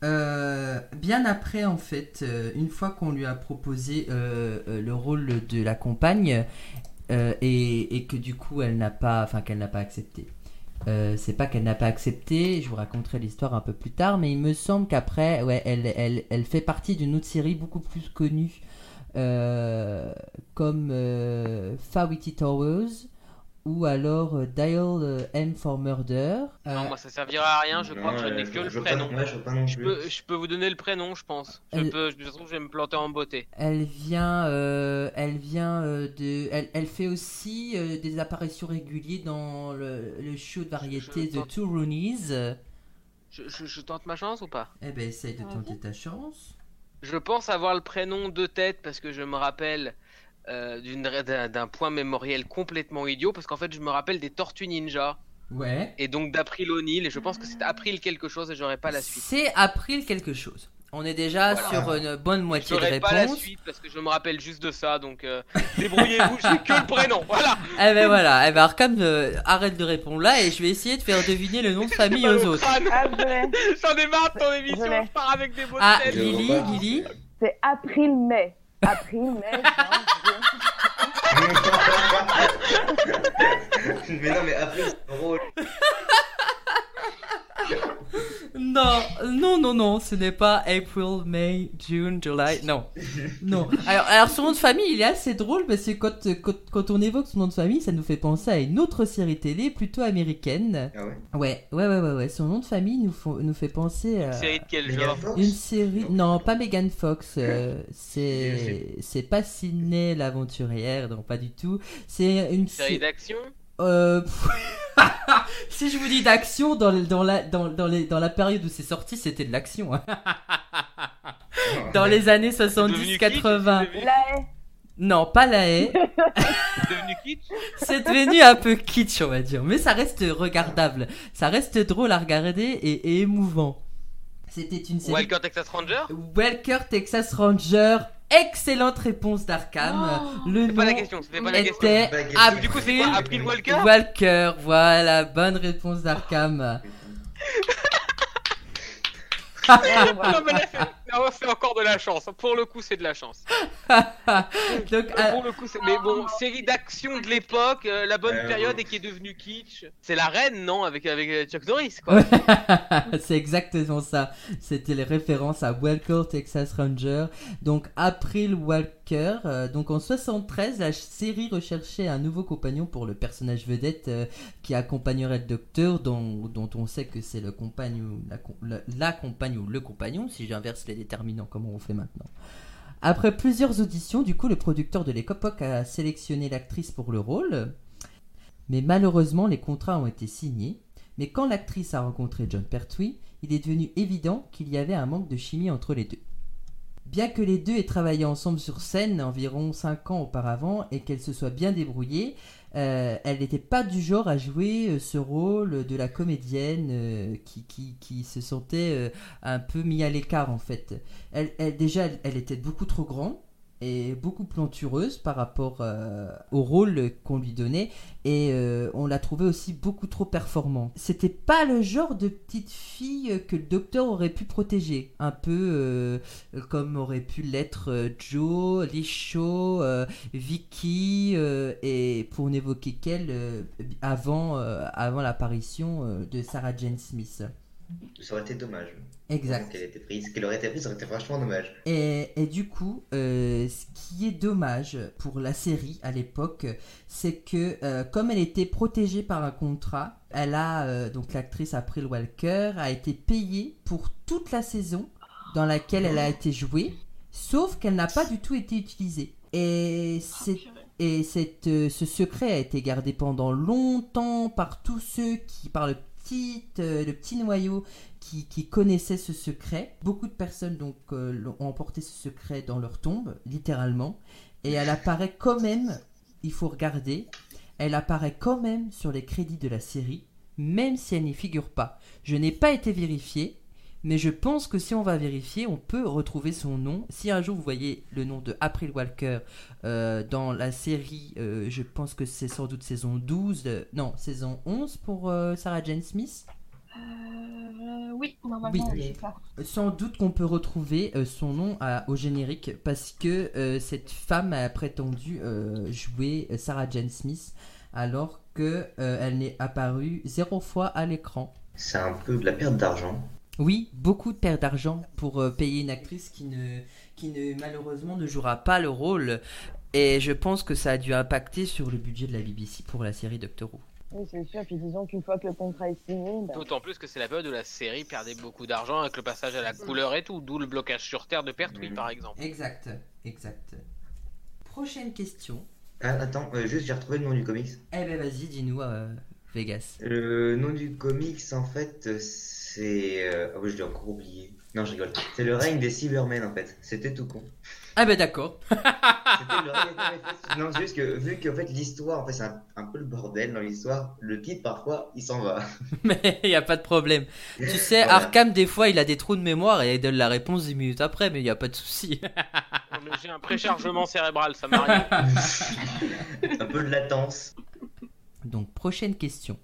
A: euh, bien après en fait, euh, une fois qu'on lui a proposé euh, euh, le rôle de la compagne euh, et, et que du coup elle n'a pas, enfin qu'elle n'a pas accepté. Euh, c'est pas qu'elle n'a pas accepté, je vous raconterai l'histoire un peu plus tard, mais il me semble qu'après, ouais, elle, elle, elle fait partie d'une autre série beaucoup plus connue, euh, comme euh, Fawity Towers, ou alors euh, Dial euh, M for Murder. Euh,
D: Non, moi ça servira à rien, je crois que je n'ai que le prénom.
E: Ouais, je veux pas non
D: Je
E: plus.
D: peux, je peux vous donner le prénom, je pense. Je
A: Elle-
D: peux, de toute façon, je vais me planter en beauté.
A: Elle vient, euh, elle vient euh, de, elle, elle fait aussi euh, des apparitions régulières dans le, le show de variété
D: Je- je-
A: de Two Roonies. Euh,
D: Je, je- je tente ma chance ou pas
A: Eh ben, essaye de
D: Ah
B: Vas-y.
A: tenter ta chance.
D: Je pense avoir le prénom de tête parce que je me rappelle euh, d'une- d'un d'un point mémoriel complètement idiot parce qu'en fait je me rappelle des Tortues Ninja
A: Ouais.
D: et donc d'April O'Neil et je pense que c'est April quelque chose et j'aurai pas la suite.
A: C'est April quelque chose. On est déjà
D: Voilà.
A: sur une bonne moitié de
D: J'aurai pas la
A: réponse.
D: suite parce que je me rappelle juste de ça donc euh, débrouillez-vous, j'ai que le prénom, voilà.
A: Eh ben voilà. Eh ben Arkham, euh, arrête de répondre là et je vais essayer de faire deviner le nom de famille
D: Mal
A: aux
D: au
A: autres.
D: crâne.
C: Ah, je l'ai.
D: J'en ai marre de ton émission,
C: l'ai.
D: je pars avec des mots
A: Ah,
D: de tête.
E: Je
A: Lily,
E: repars.
A: Lily.
C: C'est April-Mai. April-Mai, c'est un jeu.
E: mais non, mais après, c'est drôle.
A: Non, non, non, non, ce n'est pas April, May, June, July, non. Non. Alors, alors son nom de famille, il est assez drôle parce que quand, quand, quand on évoque son nom de famille, ça nous fait penser à une autre série télé plutôt américaine.
E: Ah ouais
A: Ouais, ouais, ouais, ouais, ouais. son nom de famille nous, font- nous fait penser à
D: Série de quel
E: Megan
D: genre
E: Fox Ah,
A: une série... Non, pas Megan Fox, euh, c'est c'est pas Sydney l'aventurière, non, pas du tout. C'est une
D: Série
A: série...
D: d'action
A: Euh, si je vous dis d'action, dans, le- dans, la, dans, dans, les, dans la période où c'est sorti, c'était de l'action. hein. Dans les années
D: C'est devenu kitsch,
A: 70-80.
D: c'est devenu-
C: La haie.
A: Non, pas la haie.
D: c'est devenu kitsch
A: C'est devenu un peu kitsch, on va dire. Mais ça reste regardable. Ça reste drôle à regarder et, et émouvant. C'était une série.
D: Welcome Texas Ranger
A: Welker Texas Ranger. Excellente réponse d'Arkham.
B: Oh
A: le
D: C'est pas la
A: nom
D: question, c'était pas la question.
A: était
E: Pas la question.
A: April
D: Du coup, c'est quoi April Walker
A: Walker. Voilà, bonne réponse d'Arkham.
C: Ouais, voilà.
D: Non, mais là, c'est- non, c'est encore de la chance. Pour le coup, c'est de la chance.
A: Donc, à-
D: Pour le coup, c'est- mais bon, série d'action de l'époque, euh, la bonne
E: Euh,
D: période
E: ouais.
D: et qui est devenue kitsch. C'est la reine, non Avec, avec euh, Chuck Norris, quoi.
A: c'est exactement ça. C'était les références à Walker Texas Ranger. Donc April Walker. euh, donc en 73, la ch- série recherchait un nouveau compagnon pour le personnage vedette euh, qui accompagnerait le docteur, dont, dont on sait que c'est le compagne ou la, com- la- la compagne ou le compagnon, si j'inverse les déterminants, comment on fait maintenant. Après plusieurs auditions, du coup, le producteur de l'époque a sélectionné l'actrice pour le rôle. Mais malheureusement, les contrats ont été signés. Mais quand l'actrice a rencontré John Pertwee, il est devenu évident qu'il y avait un manque de chimie entre les deux. Bien que les deux aient travaillé ensemble sur scène environ 5 ans auparavant et qu'elles se soient bien débrouillées, euh, elle n'était pas du genre à jouer euh, ce rôle de la comédienne euh, qui, qui- qui se sentait euh, un peu mis à l'écart en fait. Elle, elle- déjà, elle, elle était beaucoup trop grande et beaucoup plantureuse par rapport euh, au rôle qu'on lui donnait et euh, on l'a trouvé aussi beaucoup trop performant. C'était pas le genre de petite fille euh, que le docteur aurait pu protéger, un peu euh, comme aurait pu l'être euh, Joe, Lisho, euh, Vicky, euh, et pour n'évoquer qu'elle euh, avant, euh, avant l'apparition euh, de Sarah Jane Smith.
E: Ça aurait été dommage.
A: Exact.
E: Qu'elle ait été prise. Qu'elle aurait été prise, ça aurait été franchement dommage.
A: Et, et du coup, euh, ce qui est dommage pour la série à l'époque, c'est que euh, comme elle était protégée par un contrat, elle a euh, donc l'actrice April Walker a été payée pour toute la saison dans laquelle elle a été jouée, sauf qu'elle n'a pas du tout été utilisée. Et c'est et cette, euh, ce secret a été gardé pendant longtemps par tous ceux qui, par le petit, euh, le petit noyau qui, qui connaissaient ce secret. Beaucoup de personnes donc euh, l'ont- ont emporté ce secret dans leur tombe, littéralement. Et elle apparaît quand même, il faut regarder, elle apparaît quand même sur les crédits de la série, même si elle n'y figure pas. Je n'ai pas été vérifié, mais je pense que si on va vérifier, on peut retrouver son nom. Si un jour vous voyez le nom de April Walker euh, dans la série, euh, je pense que c'est sans doute saison 12, euh, non, saison 11 pour euh, Sarah Jane Smith.
B: Euh, oui, normalement,
A: Oui.
B: c'est ça.
A: Sans doute qu'on peut retrouver euh, son nom à- au générique parce que euh, cette femme a prétendu euh, jouer euh, Sarah Jane Smith alors que euh, elle n'est apparue zéro fois à l'écran.
E: C'est un peu de la perte d'argent.
A: Oui, beaucoup de pertes d'argent pour euh, payer une actrice qui ne, qui ne malheureusement ne jouera pas le rôle. Et je pense que ça a dû impacter sur le budget de la BBC pour la série Doctor Who.
C: Oui, c'est sûr. Puis disons qu'une fois que le contrat est signé, bah,
D: D'autant plus que c'est la période où la série perdait beaucoup d'argent avec le passage à la couleur et tout, d'où le blocage sur Terre de Pertwee
E: Mhm.
D: par exemple.
A: Exact, exact. Prochaine question.
E: Ah, attends, euh, juste j'ai retrouvé le nom du comics.
A: Eh ben vas-y, dis-nous euh, Vegas.
E: Le nom du comics, en fait, euh, c'est. euh, Ah oui, je l'ai encore oublié. Non, je rigole. C'est le règne des Cybermen, en fait. C'était tout con.
A: Ah ben d'accord.
E: C'était le règne des- Non, c'est juste que, vu qu'en fait, l'histoire, en fait, c'est un, un peu le bordel dans l'histoire, le titre, parfois, il s'en va.
A: Mais il n'y a pas de problème. Tu sais,
E: Voilà.
A: Arkham, des fois, il a des trous de mémoire et il donne la réponse 10 minutes après, mais il n'y a pas de souci.
D: Mais J'ai un préchargement cérébral, ça m'arrive.
E: un peu de latence.
A: Donc, prochaine question.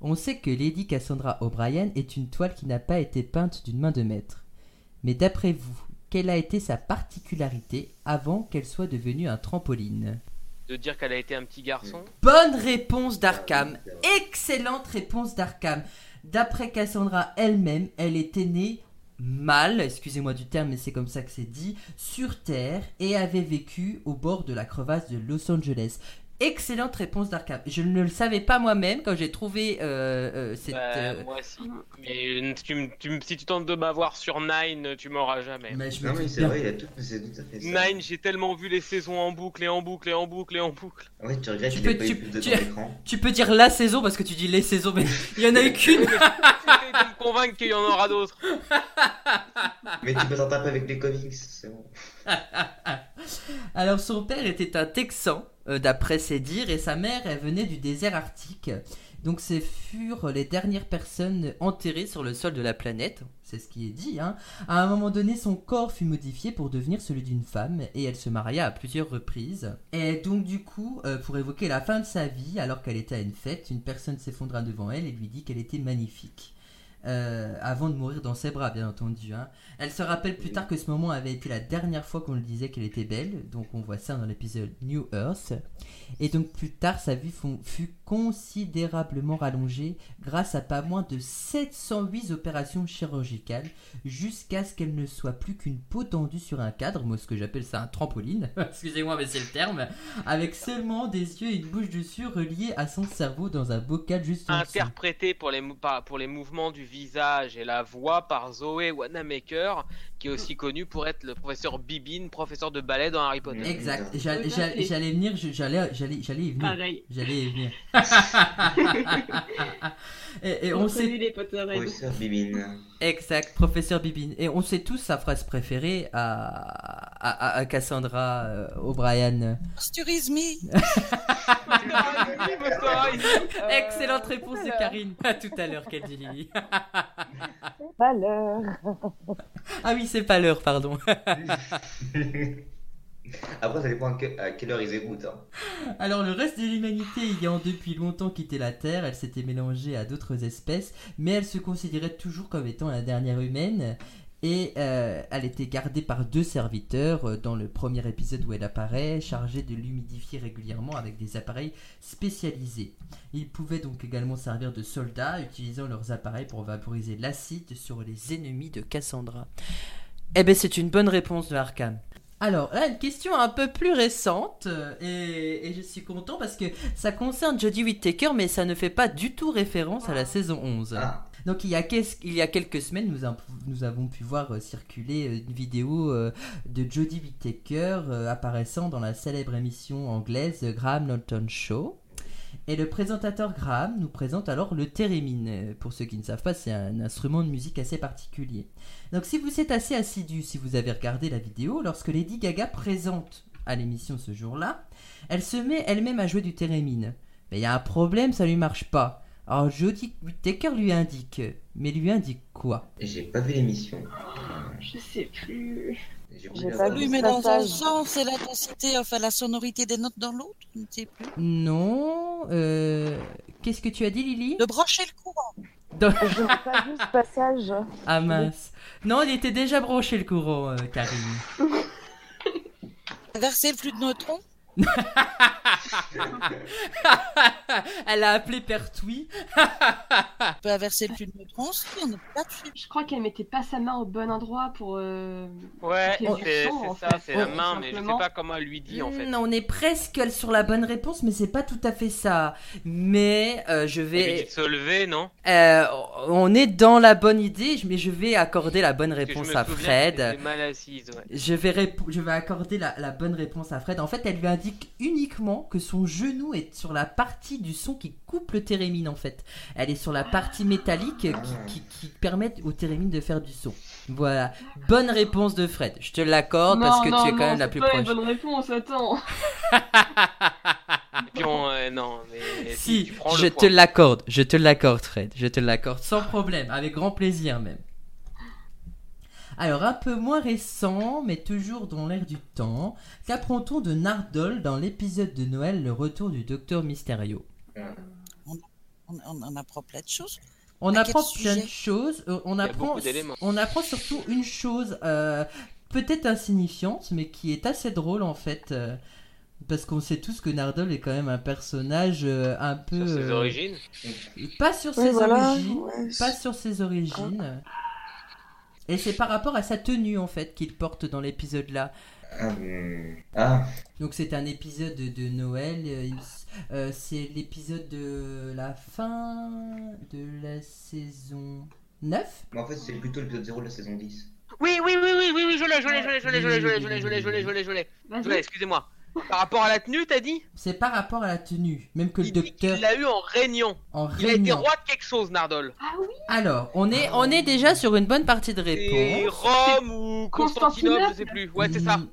A: On sait que Lady Cassandra O'Brien est une toile qui n'a pas été peinte d'une main de maître. Mais d'après vous, quelle a été sa particularité avant qu'elle soit devenue un trampoline
D: De dire qu'elle a été un petit garçon.
A: Bonne réponse d'Arkham. Excellente réponse d'Arkham. D'après Cassandra elle-même, elle était née mal, excusez-moi du terme, mais c'est comme ça que c'est dit, sur Terre et avait vécu au bord de la crevasse de Los Angeles. Excellente réponse d'Arkham. Je ne le savais pas moi-même quand j'ai trouvé euh, euh, cette.
D: Bah,
A: euh,
D: Moi aussi. Mais tu me- tu me- si tu tentes de m'avoir sur Nine, tu m'auras jamais.
A: mais je me
E: Non, mais
A: dis
E: c'est
A: bien-
E: vrai, il a tout, c'est tout à fait ça.
D: Nine, j'ai tellement vu les saisons en boucle et en boucle et en boucle et en boucle.
E: Ouais, tu regrettes
A: Tu
E: qu'il ait
A: peux-
E: pas
A: tu-
E: eu plus de
A: tu-
E: temps d'écran.
A: Tu peux dire la saison parce que tu dis les saisons, mais il y en a eu qu'une.
D: Essaye de me convaincre qu'il y en aura d'autres.
E: Mais tu peux t'en taper avec les comics, c'est bon.
A: Alors son père était un Texan, euh, d'après ses dires, et sa mère, elle venait du désert arctique. Donc ce furent les dernières personnes enterrées sur le sol de la planète, c'est ce qui est dit. Hein. À un moment donné, son corps fut modifié pour devenir celui d'une femme, et elle se maria à plusieurs reprises. Et donc du coup, euh, pour évoquer la fin de sa vie, alors qu'elle était à une fête, une personne s'effondra devant elle et lui dit qu'elle était magnifique. Euh, avant de mourir dans ses bras, bien entendu. hein. Elle se rappelle plus tard que ce moment avait été la dernière fois qu'on lui disait qu'elle était belle, donc on voit ça dans l'épisode New Earth. Et donc plus tard, sa vie fon- fut considérablement rallongée grâce à pas moins de 708 opérations chirurgicales, jusqu'à ce qu'elle ne soit plus qu'une peau tendue sur un cadre, moi ce que j'appelle ça un trampoline, excusez-moi mais c'est le terme, avec seulement des yeux et une bouche dessus reliés à son cerveau dans un bocal juste en dessous.
D: Interprété pour les, mou- par- pour les mouvements du visage et la voix par Zoé Wanamaker, qui est aussi connue pour être le professeur Bibine, professeur de ballet dans Harry Potter.
A: Exact, J'a-
B: Tout à
A: j'a-
B: fait.
A: j'allais venir, je- j'allais j'allais- j'allais y venir.
B: Pareil.
A: J'allais y venir. et, et on
B: On
A: sait
B: connaît les Potterheads.
E: Professeur Bibine.
A: exact, professeur Bibine. Et on sait tous sa phrase préférée à, à, à- à Cassandra euh, O'Brien.
F: Pasturise me.
C: euh,
A: Excellente
C: tout à
A: réponse de
C: l'heure.
A: Karine. À tout à l'heure, qu'elle dit Lily.
C: Pas l'heure.
A: Ah oui, c'est pas l'heure, pardon.
E: Après, ça dépend à que- à quelle heure ils écoutent. hein.
A: Alors le reste de l'humanité ayant depuis longtemps quitté la Terre, elle s'était mélangée à d'autres espèces, mais elle se considérait toujours comme étant la dernière humaine. Et euh, elle était gardée par deux serviteurs euh, dans le premier épisode où elle apparaît, chargés de l'humidifier régulièrement avec des appareils spécialisés. Ils pouvaient donc également servir de soldats, utilisant leurs appareils pour vaporiser l'acide sur les ennemis de Cassandra. Eh ben c'est une bonne réponse de Arkham. Alors là, une question un peu plus récente, euh, et, et je suis content parce que ça concerne Jodie Whittaker, mais ça ne fait pas du tout référence à la saison 11.
E: Ah,
A: Donc il y a, qu'est-ce- il y a quelques semaines, nous, imp- nous avons pu voir euh, circuler euh, une vidéo euh, de Jodie Whittaker euh, apparaissant dans la célèbre émission anglaise The Graham Norton Show. Et le présentateur Graham nous présente alors le theremin. Euh, Pour ceux qui ne savent pas, c'est un instrument de musique assez particulier. Donc si vous êtes assez assidu, si vous avez regardé la vidéo, lorsque Lady Gaga présente à l'émission ce jour-là, elle se met elle-même à jouer du theremin. Mais il y a un problème, ça lui marche pas. Alors Jodie Whittaker lui indique, mais lui indique quoi
E: j'ai pas vu l'émission.
B: Euh, Je sais plus.
E: J'ai
C: J'ai
E: la
C: pas
E: voir.
C: vu.
F: Oui, mais dans un
C: Passage.
F: sens et l'intensité, enfin la sonorité des notes dans l'autre, je ne sais plus.
A: Non, euh, qu'est-ce que tu as dit Lily
F: Le brochet le courant.
C: Je n'ai pas vu ce passage.
A: Ah mince. Non, il était déjà broché le courant, euh, Karine.
F: Verser le flux de neutrons.
A: Elle a appelé Pertwee.
F: On peut inverser le flux de neutrons si on n'est pas dessus.
B: Je crois qu'elle mettait pas sa main au bon endroit pour. euh,
D: Ouais,
B: Ok,
D: c'est
B: on-
D: c'est ça, c'est la
B: on-
D: main, mais je sais
B: simplement.
D: pas comment elle lui dit en fait.
A: Non, Mm, on est presque sur la bonne réponse, mais c'est pas tout à fait ça. Mais euh, je
D: Elle lui dit
A: vais,
D: de se lever, non
A: euh, on est dans la bonne idée, mais je vais accorder la bonne
D: Parce que je
A: réponse
D: me
A: à
D: souviens
A: Fred.
D: qu'elle était mal assise, ouais.
A: Je vais, répo- je vais accorder la, la bonne réponse à Fred. En fait, elle lui indique uniquement que son genou est sur la partie du son qui coupe le térémine, en fait. Elle est sur la partie métallique qui, qui- qui permet au térémine de faire du son. Voilà. Bonne réponse de Fred. Je te l'accorde parce que tu es quand même la
B: c'est
A: plus
B: pas
A: proche.
B: une bonne réponse, attends.
D: Et puis on- euh, non, mais
A: Si,
D: tu prends
A: je
D: le
A: te
D: point.
A: l'accorde. Je te l'accorde, Fred. Je te l'accorde sans problème, avec grand plaisir même. Alors, un peu moins récent, mais toujours dans l'air du temps, qu'apprend-on de Nardol dans l'épisode de Noël Le retour du docteur Mysterio
F: On, on, on apprend plein de choses.
A: On
F: À
A: apprend
F: quel
A: plein de
F: sujet
A: choses. euh, On
D: y a
A: apprend,
D: beaucoup d'éléments.
A: on apprend surtout une chose, euh, peut-être insignifiante, mais qui est assez drôle en fait. euh, parce qu'on sait tous que Nardol est quand même un personnage euh, un peu.
D: Sur ses
A: euh,
D: origines.
A: Pas sur
C: Oui,
A: ses
C: voilà,
A: origines.
C: ouais, c'est-
A: Pas sur ses origines. Et c'est par rapport à sa tenue en fait qu'il porte dans l'épisode là.
E: Ah, hum. Ah,
A: Donc c'est un épisode de de Noël. euh, il s- euh, c'est l'épisode de la fin de la saison 9.
E: mais en fait, c'est plutôt l'épisode 0 de la saison 10.
D: Oui, oui, oui, oui, oui, oui, je l'ai, je l'ai, je l'ai, je l'ai, je l'ai, je l'ai, je l'ai, je l'ai, je l'ai, je l'ai, je l'ai. Je l'ai,
B: Vas-y.
D: excusez-moi. Par rapport à la tenue, t'as dit
A: C'est par rapport à la tenue. Même que le
D: Il dit
A: docteur
D: qu'il l'a eu en réunion.
A: en
D: Il a été
A: réunion.
D: roi de quelque chose, Nardol.
B: Ah oui,
A: Alors, on est, on est déjà sur une bonne partie de
D: C'est
A: réponse.
D: Rome ou Constantinople, je sais plus. Ouais, c'est ça.
A: Mm.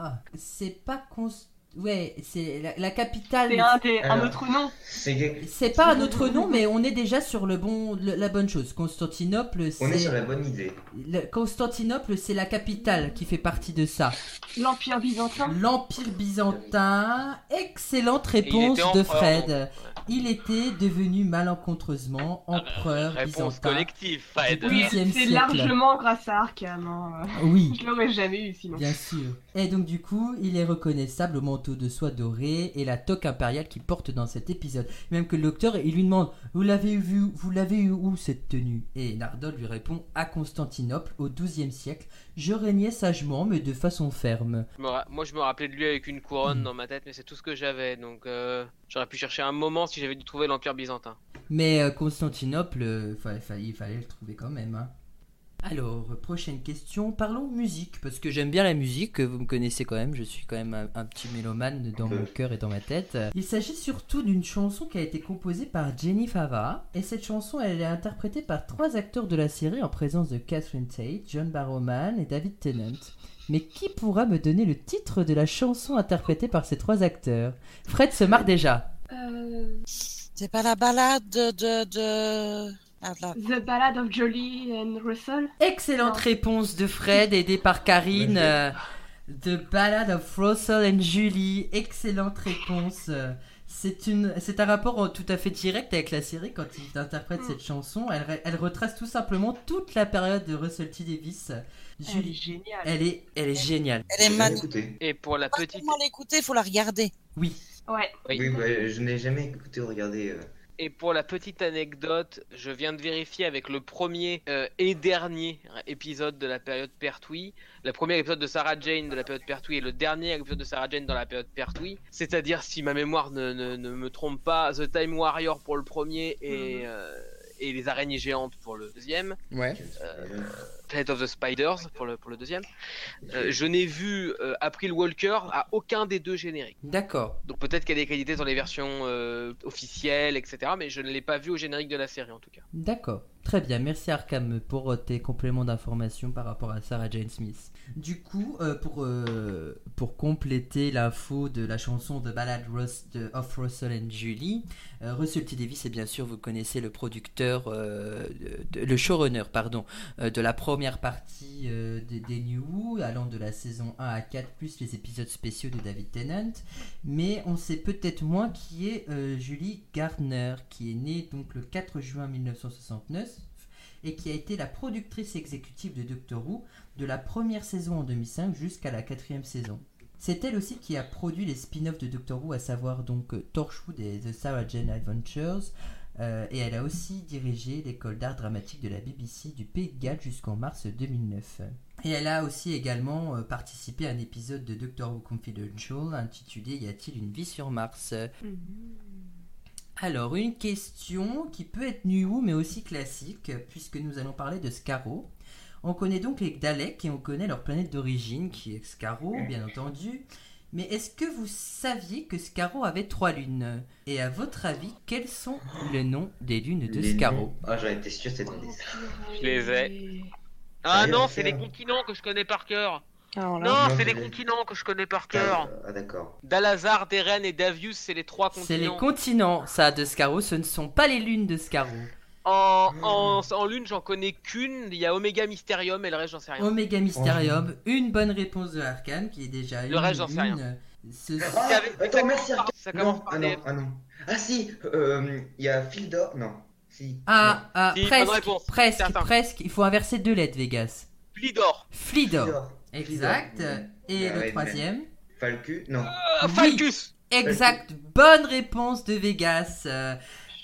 A: Ah, c'est pas const... Ouais, c'est la, la capitale.
B: c'est un, des- un
E: Alors.
B: autre nom.
E: C'est que-
A: C'est pas un autre nom, mais on est déjà sur le bon, le- la bonne chose. Constantinople,
E: On est
A: c'est
E: sur la bonne idée.
A: le- Constantinople, c'est la capitale qui fait partie de ça.
B: L'Empire byzantin.
A: L'Empire byzantin. Excellente
D: Et il
A: réponse
D: était
A: de
D: empereur,
A: Fred.
D: donc. Ah bah,
A: Il était devenu malencontreusement empereur
D: Réponse
A: byzantin.
D: collective, Fred.
A: Oui.
B: Oui,
A: XIIe
B: c'est
A: siècle.
B: largement grâce à Arkham. hein.
A: Oui.
B: Je l'aurais jamais eu sinon.
A: Bien sûr. Et donc du coup, il est reconnaissable au manteau de soie doré et la toque impériale qu'il porte dans cet épisode. Même que le docteur, il lui demande "Vous l'avez vu Vous l'avez eu où cette tenue Et Nardol lui répond "À Constantinople au XIIe siècle. Je régnais sagement mais de façon ferme."
D: Je me ra- Moi, je me rappelais de lui avec une
A: Hmm.
D: couronne dans ma tête, mais c'est tout ce que j'avais. Donc, euh, j'aurais pu chercher un moment si j'avais dû trouver l'Empire byzantin.
A: Mais euh, Constantinople, euh, fa- fa- il fallait le trouver quand même. hein. Alors, prochaine question, parlons musique, parce que j'aime bien la musique, vous me connaissez quand même, je suis quand même un, un petit mélomane dans mon cœur et dans ma tête. Il s'agit surtout d'une chanson qui a été composée par Jenny Fava, et cette chanson elle est interprétée par trois acteurs de la série en présence de Catherine Tate, John Barrowman et David Tennant. Mais qui pourra me donner le titre de la chanson interprétée par ces trois acteurs Fred se marre déjà.
B: Euh,
F: C'est pas la balade de. de, de... Ah, là.
B: The Ballad of Jolie and Russell.
A: Excellente
B: Non.
A: réponse de Fred, aidée par Karine. euh,
E: Bien
A: The Ballad of Russell and Julie. Excellente réponse. euh, C'est une, c'est un rapport euh, tout à fait direct avec la série quand il interprète
B: Mm.
A: cette chanson. Elle, re- elle retrace tout simplement toute la période de Russell T Davis.
B: Elle est
A: Julie,
B: géniale.
A: elle est, elle est géniale.
F: Elle est
E: J'ai
F: magnifique.
E: écouté.
D: Et pour la
F: Pas
D: petite,
F: seulement l'écouter, faut la regarder.
A: Oui.
B: Ouais.
D: Oui.
E: Oui, bah, je n'ai jamais écouté ou regardé. euh,
D: et pour la petite anecdote, je viens de vérifier avec le premier euh, et dernier épisode de la période Pertwee, le premier épisode de Sarah Jane de la période Pertwee et le dernier épisode de Sarah Jane dans la période Pertwee. C'est-à-dire, si ma mémoire ne, ne- ne me trompe pas, The Time Warrior pour le premier et, euh, et les araignées géantes pour le deuxième.
A: Ouais.
D: Planet of the Spiders pour le, pour le deuxième. Euh, je n'ai vu euh, April Walker à aucun des deux génériques.
A: D'accord.
D: Donc peut-être qu'elle est créditée dans les versions euh, officielles, etc. Mais je ne l'ai pas vue au générique de la série en tout cas.
A: D'accord. Très bien. Merci Arkham pour euh, tes compléments d'information par rapport à Sarah Jane Smith. Du coup, euh, pour, euh, pour compléter l'info de la chanson de Ballad Rus- de Of Russell and Julie, euh, Russell T. Davis, et bien sûr, vous connaissez le producteur, euh, de- de- le showrunner, pardon, euh, de la première partie euh, des, des New Who, allant de la saison 1 à 4, plus les épisodes spéciaux de David Tennant. Mais on sait peut-être moins qui est euh, Julie Gardner, qui est née donc le 4 juin 1969 et qui a été la productrice exécutive de Doctor Who de la première saison en 2005 jusqu'à la quatrième saison. C'est elle aussi qui a produit les spin-offs de Doctor Who, à savoir donc euh, Torchwood et The Sarah Jane Adventures, euh, et elle a aussi dirigé l'école d'art dramatique de la BBC du Pays de Galles jusqu'en mars 2009. Et elle a aussi également euh, participé à un épisode de Doctor Who Confidential intitulé Y a-t-il une vie sur Mars Alors, une question qui peut être New Who, mais aussi classique, puisque nous allons parler de Scarrow. On connaît donc les Daleks et on connaît leur planète d'origine, qui est Scarrow, bien entendu. Mais est-ce que vous saviez que Scarrow avait trois lunes Et à votre avis, quels sont les noms des lunes de
E: les
A: Scarrow
E: noms. Ah, j'en étais sûr, c'était dans des.
D: Je les
B: ai.
D: Ah
E: oui,
D: non,
E: bien
D: c'est
E: sûr.
D: les continents que je connais par cœur.
C: Alors là,
D: Non,
E: Non,
D: c'est
E: je
D: les
E: l'ai.
D: continents que je connais par
E: Ah,
D: cœur.
E: ah, d'accord.
D: Dalazar, Deren et Davius, c'est les trois
A: C'est les
D: continents.
A: continents, ça, de Scarrow. Ce ne sont pas les lunes de Scarrow.
D: en, en, en lune, j'en connais qu'une. Il y a Omega Mysterium et le reste, j'en sais rien.
A: Omega Mysterium, une bonne réponse de Arkane qui est déjà une.
D: Le reste, j'en sais
A: lune. Ce-
E: Ah,
D: Ça- ça
E: attends,
D: commence
E: merci.
D: par-
E: Arca-
D: ça commence
E: Non,
D: par
E: ah
D: des-
E: non, ah non. Ah si, euh, il y a Fildor. Non, si.
A: Ah, ah,
D: Si, bonne
A: presque,
D: réponse.
A: presque,
D: Certain.
A: presque. Il faut inverser deux lettres, Vegas.
D: Flidor.
E: Non,
A: Flidor.
E: Fildor.
A: Exact.
E: Fildor.
A: Et
E: Ah
A: le
E: ouais,
A: troisième.
E: Falcu Non.
D: Euh,
A: Oui.
D: Falcus.
A: Exact. Bonne réponse de Vegas. euh,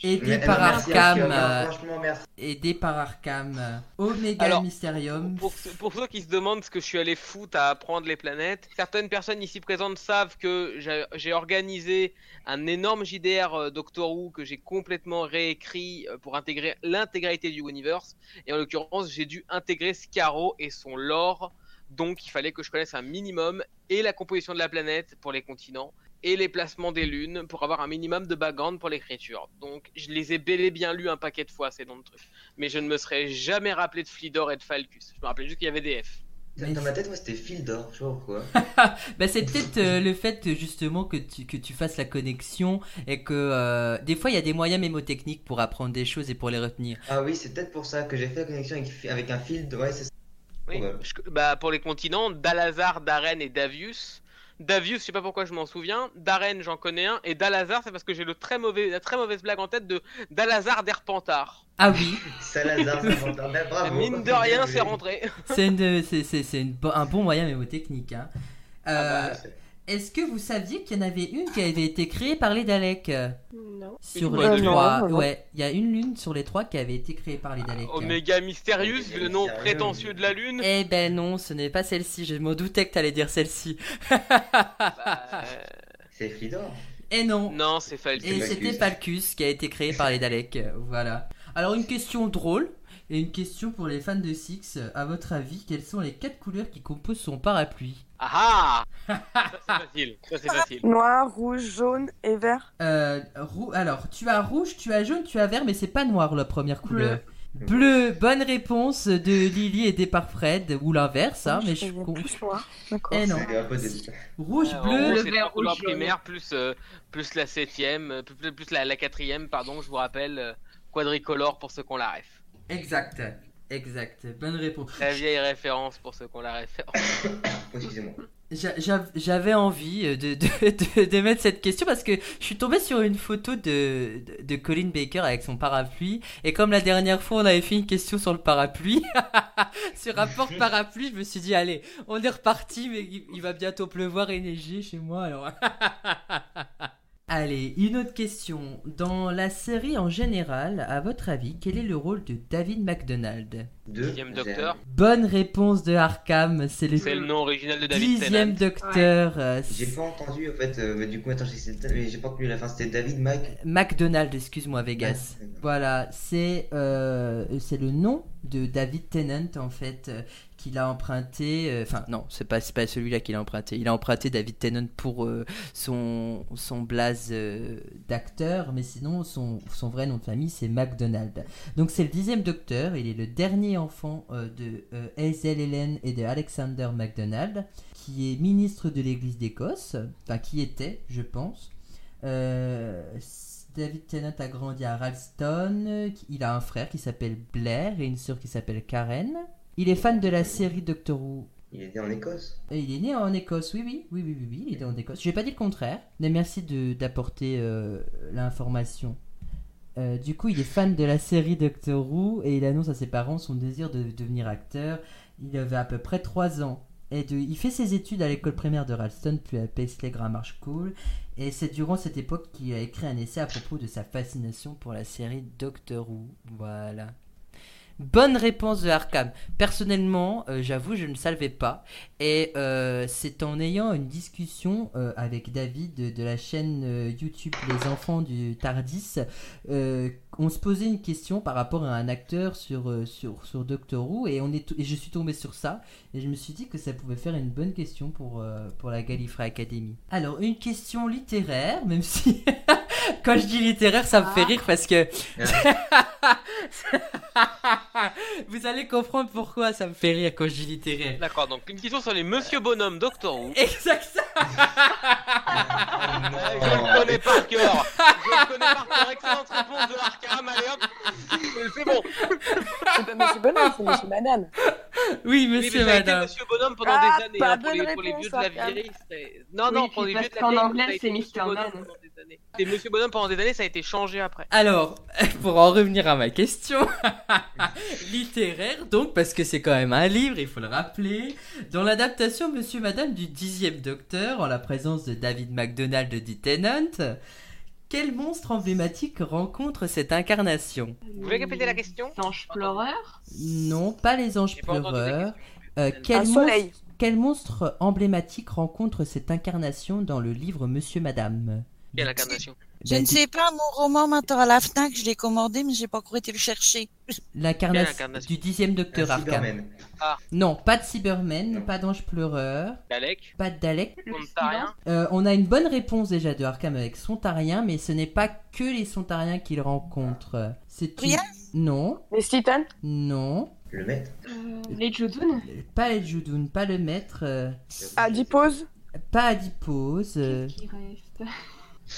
A: aidé
E: Mais-
A: par
E: mais merci,
A: Arkham.
E: Arthur,
A: euh,
E: Franchement, merci.
A: aidé par Arkham. Omega
D: Alors,
A: Mysterium.
D: Pour, ce- pour ceux qui se demandent ce que je suis allé foutre à apprendre les planètes, certaines personnes ici présentes savent que j'ai- j'ai organisé un énorme JDR euh, Doctor Who que j'ai complètement réécrit euh, pour intégrer l'intégralité du universe. Et en l'occurrence, j'ai dû intégrer Scarrow et son lore. Donc il fallait que je connaisse un minimum et la composition de la planète pour les continents et les placements des lunes pour avoir un minimum de background pour l'écriture. Donc je les ai bel et bien lus un paquet de fois ces noms de trucs. Mais je ne me serais jamais rappelé de Flidor et de Falcus. Je me rappelais juste qu'il y avait des F.
E: Dans ma tête, moi, c'était Fildor. Je sais pas pourquoi.
A: Bah, c'est peut-être euh, le fait euh, justement que tu, que tu fasses la connexion et que euh, des fois il y a des moyens mémotechniques pour apprendre des choses et pour les retenir.
E: Ah oui, c'est peut-être pour ça que j'ai fait la connexion avec, avec un field. Ouais, c'est ça.
D: Oui.
E: Ouais.
D: Je- bah, pour les continents, Dalazar, Darren et Davius. Davius, je sais pas pourquoi je m'en souviens. Darren, j'en connais un. Et Dalazar, c'est parce que j'ai le très mauvais, la très mauvaise blague en tête de Dalazar d'Erpentar.
A: Ah oui,
E: Salazar, c'est important. Ben, bravo.
D: Mine de rien,
E: Oui.
D: c'est rentré.
A: c'est une- c'est- c'est- c'est une bo- un bon moyen mémotechnique. Hein.
E: Ah
A: Euh,
E: bah, c'est-
A: Est-ce que vous saviez qu'il y en avait une qui avait été créée par les Daleks euh,
B: Non.
A: sur
D: Une
A: les
D: lune.
A: trois
C: Non, non.
A: Ah, Ouais, il y a une lune sur les trois qui avait été créée
D: Ah,
A: par les Daleks.
D: Omega Mysterious,
E: Omega
D: le nom
E: Mysterious.
D: prétentieux de la Lune.
A: Eh ben non, ce n'est pas celle-ci. Je m'en doutais que t'allais dire celle-ci.
D: Bah, euh,
E: C'est Fildor.
A: Eh non.
D: non, c'est Falcus.
A: Et
E: Palkus.
A: c'était Palkus qui a été créé par les Daleks. euh, Voilà. Alors, une question drôle et une question pour les fans de Six. À votre avis, quelles sont les quatre couleurs qui composent son parapluie
D: Ah ah Ça, c'est facile. Ça, c'est facile.
C: noir, rouge, jaune et vert.
A: euh, rou- Alors, tu as rouge, tu as jaune, tu as vert, mais c'est pas noir la première couleur.
E: Bleu.
A: Bleu, bonne réponse de Lily aidée par Fred, ou l'inverse, hein,
C: Oui,
A: mais
C: je
A: je suis
C: faisais
A: con.
C: plus noir. D'accord.
A: Eh non,
E: C'est un peu des-
A: rouge,
D: Euh, en
A: bleu,
D: gros,
B: le
D: c'est
B: vert,
D: la couleur
B: rouge, jaune.
D: primaire plus, euh, plus la septième, euh, plus, plus la, la quatrième, pardon, je vous rappelle, euh, quadricolore pour ceux qu'on la ref.
A: exact, exact, bonne réponse.
D: Très vieille référence pour ceux qu'on la référence.
E: Excusez-moi.
A: J'a- j'a- J'avais envie euh, de, de, de, de mettre cette question parce que je suis tombé sur une photo de, de, de Colin Baker avec son parapluie. Et comme la dernière fois, on avait fait une question sur le parapluie, sur rapport parapluie, je me suis dit, allez, on est reparti, mais il, il va bientôt pleuvoir et neiger chez moi alors. allez, une autre question. Dans la série en général, à votre avis, quel est le rôle de David McDonald
E: Deux.
D: Sixième docteur.
A: Bonne réponse de Arkham, c'est le
D: C'est le nom original de David Tennant.
A: dixième docteur. euh,
E: J'ai pas entendu en fait, euh, mais du coup attends, j'ai- c'était- mais j'ai pas entendu la fin, c'était David, Mike. Ah,
A: McDonald, excuse-moi, Vegas.
E: Ouais.
A: Voilà, c'est euh, c'est le nom de David Tennant en fait euh, qu'il a emprunté. euh, Enfin non, c'est pas c'est pas celui-là qu'il a emprunté. Il a emprunté David Tennant pour euh, son son blaze euh, d'acteur, mais sinon son son vrai nom de famille c'est McDonald. Donc c'est le dixième Docteur. Il est le dernier enfant euh, de euh, Hazel Helen et de Alexander McDonald, qui est ministre de l'Église d'Écosse. Enfin qui était, je pense. Euh, David Tennant a grandi à Ralston. euh, qui- Il a un frère qui s'appelle Blair et une sœur qui s'appelle Karen. Il est fan de la série Doctor Who.
E: Il était en Écosse.
A: Et il est né en Écosse, oui, oui, oui, oui, oui, oui, il est en Écosse. J'ai pas dit le contraire, mais merci de- d'apporter euh, l'information. Euh, du coup, il est fan de la série Doctor Who et il annonce à ses parents son désir de devenir acteur. Il avait à peu près 3 ans. Et de- il fait ses études à l'école primaire de Ralston, puis à Paisley Grammar School. Et c'est durant cette époque qu'il a écrit un essai à propos de sa fascination pour la série Doctor Who. Voilà. Bonne réponse de Arkham. Personnellement, euh, j'avoue, je ne savais pas. Et euh, c'est en ayant une discussion euh, avec David de, de la chaîne euh, YouTube Les Enfants du Tardis, euh, on se posait une question par rapport à un acteur sur, euh, sur, sur Doctor Who et, on est t- et je suis tombé sur ça et je me suis dit que ça pouvait faire une bonne question pour, euh, pour la Gallifrey Academy. Alors, une question littéraire, même si quand je dis littéraire, ça me fait rire parce que... Vous allez comprendre pourquoi ça me fait rire quand je dis littéraire.
D: D'accord, donc une question sur les Monsieur Bonhomme Doctor Who.
A: Exact.
E: Ah,
D: Je le connais par cœur Je le connais par cœur, excellente réponse de Arkham, allez hop C'est bon
C: C'est pas monsieur Bonhomme, c'est monsieur Madame.
A: Oui,
D: Oui, mais
A: monsieur,
D: ça a été
A: madame.
D: Monsieur Bonhomme pendant
C: Ah,
D: des années,
C: pas
D: hein, pour,
C: bonne
D: les, pour les vieux de la
C: réponse, Arkham.
D: vieille. c'est- Non, non,
B: Oui,
D: pour les
B: parce
D: vieux de la
B: qu'en
D: vieille.
B: anglais,
D: ça a été
B: c'est
D: Monsieur
B: Mr.
D: Bonhomme
B: Man.
D: pendant des années. Et Monsieur Bonhomme pendant des années, ça a été changé après.
A: Alors, pour en revenir à ma question, littéraire donc, parce que c'est quand même un livre, il faut le rappeler. Dans l'adaptation Monsieur Madame du dixième Docteur, en la présence de David MacDonald dit Tennant, quel monstre emblématique rencontre cette incarnation
D: Vous voulez répéter la question
B: Ange pleureur
A: Non, pas les anges
D: J'ai pas entendu la
A: pleureurs.
D: question.
A: Euh,
C: Un
A: quel, monstre,
C: soleil.
A: quel monstre emblématique rencontre cette incarnation dans le livre Monsieur Madame
D: Quelle incarnation
F: Je
A: Ben,
F: ne
A: du-
F: sais pas, mon roman maintenant à la FNAC, je l'ai commandé, mais j'ai pas encore été le chercher.
A: L'incarnation
D: Quelle incarnation
A: du dixième Docteur Arkham.
E: Superman.
A: Non, pas de Cybermen,
E: Non.
A: pas d'ange pleureur,
D: Dalek
A: pas de Dalek.
B: Le
D: Ontarien
A: Euh, on a une bonne réponse déjà de Arkham avec Sontarien, mais ce n'est pas que les Sontariens qu'il rencontre. C'est une...
F: Rien
A: Non,
C: Les titanes.
A: non.
E: Le maître.
B: silence. Euh, les Jodun
A: Pas les Judun, pas le maître, euh,
C: Ah, Adipose.
A: pas Adipose. euh.
B: qui reste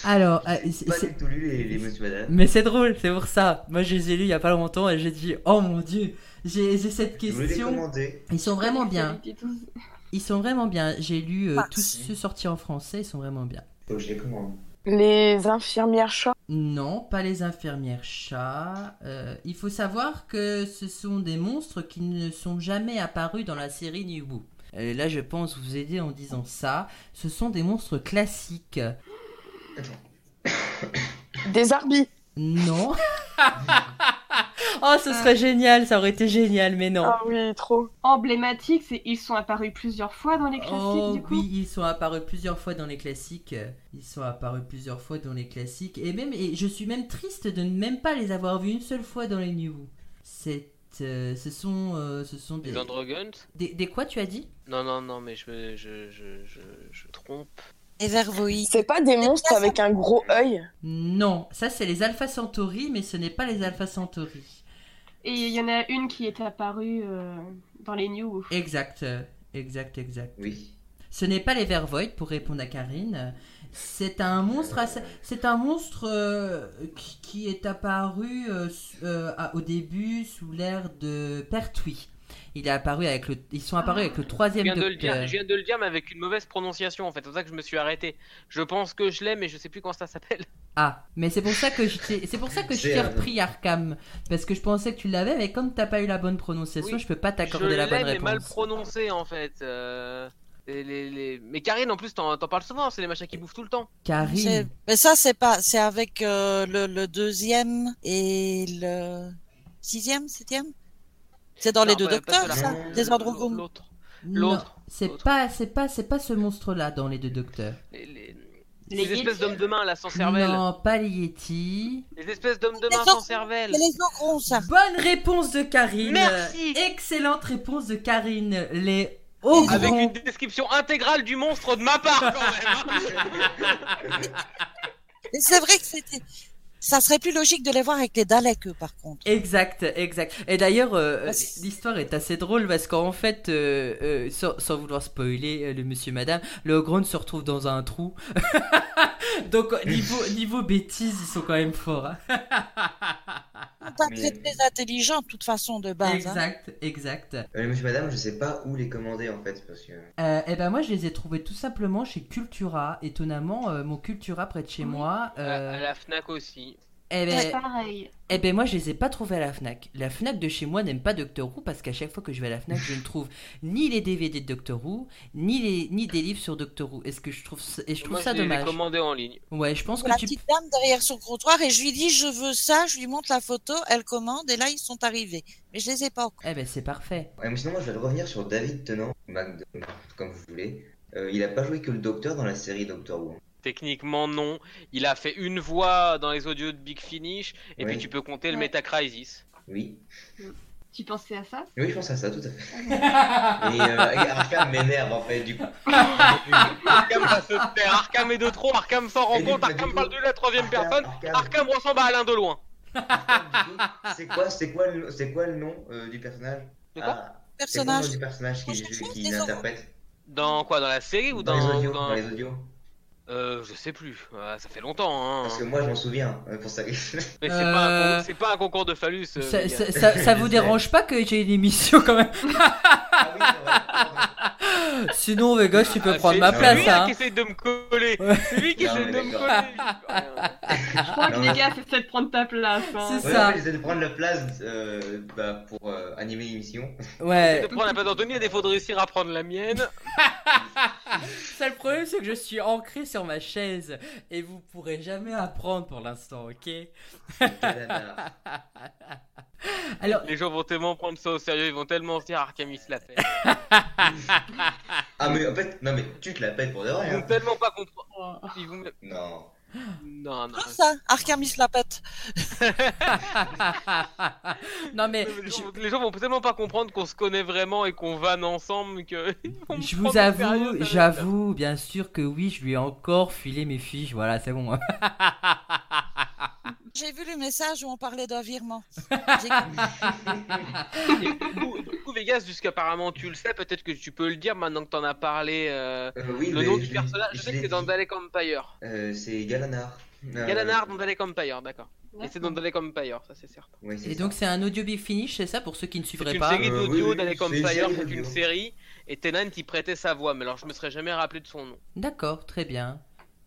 A: Alors, euh,
E: J'ai
A: c'est-
E: Pas
A: c'est-
E: du tout lu les, les Monsieur Madame.
A: mais c'est drôle, c'est pour ça. Moi, je les ai lus il y a pas longtemps et j'ai dit, oh mon dieu, j'ai j'ai cette
E: Je voulais les
A: question.
E: commander.
A: Ils sont vraiment bien.
B: Ils étaient tous-
A: Ils sont vraiment bien. J'ai lu euh,
F: Ah,
A: tous
E: si.
A: ceux sortis en français, ils sont vraiment bien.
E: Faut que je les commande.
C: Les infirmières chats.
A: Non, pas les infirmières chats. Euh, il faut savoir que ce sont des monstres qui ne sont jamais apparus dans la série New Who. Euh, là, je pense vous aider en disant ça. Ce sont des monstres classiques.
C: Des arbies.
A: Non. oh, ce serait génial, ça aurait été génial, mais non.
C: Ah oui, trop.
B: Emblématiques, c'est ils sont apparus plusieurs fois dans les classiques
A: Oh
B: du coup.
A: oui, ils sont apparus plusieurs fois dans les classiques. Ils sont apparus plusieurs fois dans les classiques. Et même, et je suis même triste de ne même pas les avoir vus une seule fois dans les New Who. C'est, euh, ce sont, euh, ce sont des.
D: Les Androguns
A: Des, des quoi tu as dit
D: Non, non, non, mais je me- je- je- je, je trompe.
F: Les vervoïs.
C: C'est pas des monstres avec un gros œil.
A: Non, ça c'est les Alpha Centauri, mais ce n'est pas les Alpha Centauri.
B: Et il y en a une qui est apparue euh, dans les news.
A: Exact, euh, exact, exact.
E: Oui.
A: Ce n'est pas les Vervoids pour répondre à Karine. C'est un monstre, assez- c'est un monstre euh, qui, qui est apparu euh, s- euh, à- au début sous l'ère de Pertwee. Il est apparu avec le, ils sont apparus avec le troisième
D: Ah, Je viens, de
A: docteur.
D: le dire, je viens de le dire, mais avec une mauvaise prononciation en fait. C'est pour ça que je me suis arrêté. Je pense que je l'ai, mais je sais plus comment ça s'appelle.
A: Ah, mais c'est pour ça que je t'ai- c'est pour ça que je
E: C'est
A: t'ai
E: un-
A: repris Arkham parce que je pensais que tu l'avais, mais comme t'as pas eu la bonne prononciation,
D: Oui,
A: je peux pas
D: je
A: t'accorder la bonne
D: l'ai, mais mal
A: réponse.
D: prononcé en fait. Euh, et les- les- Mais Karine, en plus, t'en t'en parles souvent. C'est les machins qui bouffent tout le temps.
F: C'est-
A: Karine,
F: Mais ça, c'est pas, c'est avec euh, le, le deuxième et le sixième, septième. C'est dans
D: Non,
F: les deux
D: pas- pas
F: docteurs,
D: ceux-là.
F: ça,
E: Non,
F: des
D: L'autre-
F: androgomes.
D: L'autre.
A: non,
D: l'autre,
A: c'est
D: l'autre.
A: pas, c'est pas, c'est pas ce monstre-là dans les deux docteurs.
D: Les, les-
B: Les
D: les espèces
B: Yetis.
D: d'hommes de main là sans cervelle.
A: Non, pas les Yeti.
D: Les espèces d'hommes de
F: Les
D: main sans
F: orques.
D: cervelle.
F: C'est les orons, ça.
A: Bonne réponse de Karine.
D: Merci.
A: Excellente réponse de Karine. Les hauts
D: Avec une description intégrale du monstre de ma part quand même. hein.
F: Et c'est vrai que c'était. Ça serait plus logique de les voir avec les Daleks, eux, par contre.
A: Exact, exact. Et d'ailleurs, euh,
F: Ah, c'est-
A: l'histoire est assez drôle parce qu'en fait, euh, euh, sans, sans vouloir spoiler euh, le monsieur madame, le Grone se retrouve dans un trou. Donc niveau niveau bêtises, ils sont quand même forts. hein.
F: Pas
E: Mais-
F: très, très intelligent, de toute façon, de base. hein.
A: exact, exact.
E: Euh, monsieur, madame, je sais pas où les commander en fait, parce que.
A: Euh, eh ben moi, je les ai trouvés tout simplement chez Cultura. Étonnamment, euh, mon Cultura près de chez moi.
D: À-
A: euh,
D: À la Fnac aussi.
A: eh ben,
B: C'est pareil.
A: Eh ben moi je les ai pas trouvés à la Fnac. La Fnac de chez moi n'aime pas Doctor Who parce qu'à chaque fois que je vais à la Fnac, je ne trouve ni les DVD de Doctor Who, ni les ni des livres sur Doctor Who. Est-ce que je trouve ça- et je trouve
D: Moi,
A: ça
D: je les ai
A: dommage.
D: commandés en ligne.
A: Ouais, je pense que
F: La
A: tu
F: petite dame derrière son comptoir et je lui dis je veux ça, je lui montre la photo, elle commande et là ils sont arrivés. Mais je les ai pas encore.
A: Eh ben c'est parfait.
E: Ouais, mais sinon, moi, je vais revenir sur David Tennant, Mac, comme vous voulez. Euh, il a pas joué que le docteur dans la série Doctor Who. hein.
D: Techniquement, non. Il a fait une voix dans les audios de Big Finish, et
E: Oui.
D: puis tu peux compter le
B: Ouais.
D: Metacrisis.
E: Oui.
B: Tu pensais à ça
E: Oui, je pense à ça, tout à fait. Et, euh, et Arkham m'énerve en fait, du coup.
D: Arkham va se faire, Arkham est de trop, Arkham s'en rend
E: Et du
D: compte,
E: coup,
D: Arkham
E: du
D: parle
E: coup,
D: de la troisième
E: Arkham,
D: personne,
E: Arkham,
D: Arkham ressemble à Alain de loin.
E: Arkham, du coup, C'est quoi, c'est quoi, le- c'est quoi le nom euh, du personnage
D: De quoi
E: Ah, c'est quoi le nom
F: Personnage.
E: du personnage qui,
F: Prochaine chose,
E: qui
F: les
E: interprète
D: Dans quoi Dans la série ou dans,
E: les audios,
D: ou dans-
E: dans les audios.
D: Euh, je sais plus, Euh, ça fait longtemps. Hein.
E: Parce que moi, je m'en souviens. euh, Pour ça. que-
D: Mais c'est
A: Euh,
D: pas, un con- c'est pas un concours de phallus. euh,
A: Ça,
D: Miguel.
A: ça, ça- ça vous
E: Je sais.
A: dérange pas que j'ai une émission quand même
E: ah oui, c'est vrai, pardon.
A: Sinon Vegas, tu peux
D: Ah,
A: prendre
D: c'est-
A: ma
E: c'est
D: C'est lui
A: place
D: là,
A: hein.
D: qui essaie de me coller.
A: Ouais.
D: C'est lui qui
E: Non,
D: essaie
E: mais
D: de me
E: d'accord.
D: coller.
B: Je crois que
E: Non,
B: les
E: mais-
B: gars, c'est ça de prendre ta place. hein.
A: C'est
E: Ouais,
A: ça.
E: en fait, j'essaie de prendre la place euh, bah, pour euh, animer l'émission.
D: Je vais
A: Ouais.
D: te prendre la place d'Anthony à défaut de réussir à prendre la mienne.
A: Ça le problème c'est que je suis ancré sur ma chaise et vous pourrez jamais apprendre pour l'instant, OK
E: Quel nanar.
A: Alors
D: Les gens vont tellement prendre ça au sérieux, ils vont tellement se dire Arkham il se la pète.
E: ah, mais en fait, non, mais tu te la pètes pour de vrai.
D: Ils vont
E: hein.
D: tellement pas comprendre.
B: Oh.
D: Ils vont...
E: Non.
D: Non, non.
F: Comme ça, Arcamis la pète.
A: Non mais
D: Les
A: je-
D: gens, les gens vont tellement pas comprendre qu'on se connaît vraiment et qu'on vanne ensemble que. ils vont me
A: Je vous
D: prendre au sérieux, ça
A: avoue,
D: va être-
A: j'avoue, bien sûr que oui, je lui ai encore filé mes fiches. Voilà, c'est bon. hein.
F: J'ai vu le message où on parlait d'un virement. J'ai-
D: Du coup, du coup, Vegas, jusqu'apparemment tu le sais, peut-être que tu peux le dire maintenant que t'en as parlé. euh,
E: Euh, oui,
D: Le
E: mais
D: nom
E: je
D: du
E: l'ai-
D: personnage, je
E: je
D: sais que
E: l'ai
D: c'est dans
E: dit.
D: Dalek Empire.
E: Euh, c'est Galanar. Euh,
D: Galanar dans Dalek Empire, d'accord. Et c'est dans
B: D'accord.
D: Dalek Empire, ça c'est certain.
E: Oui, euh, c'est
A: Et
E: ça.
A: donc, c'est un audio big finish, c'est ça pour ceux qui ne
D: C'est
A: suivraient
D: une
A: pas
D: série
E: Euh, oui,
D: d'audio,
E: oui,
D: Dalek
E: c'est une
D: Empire,
E: série
D: c'est
E: d'audio.
D: une série, et Tennant qui prêtait sa voix, mais alors je me serais jamais rappelé de son nom.
A: D'accord, très bien.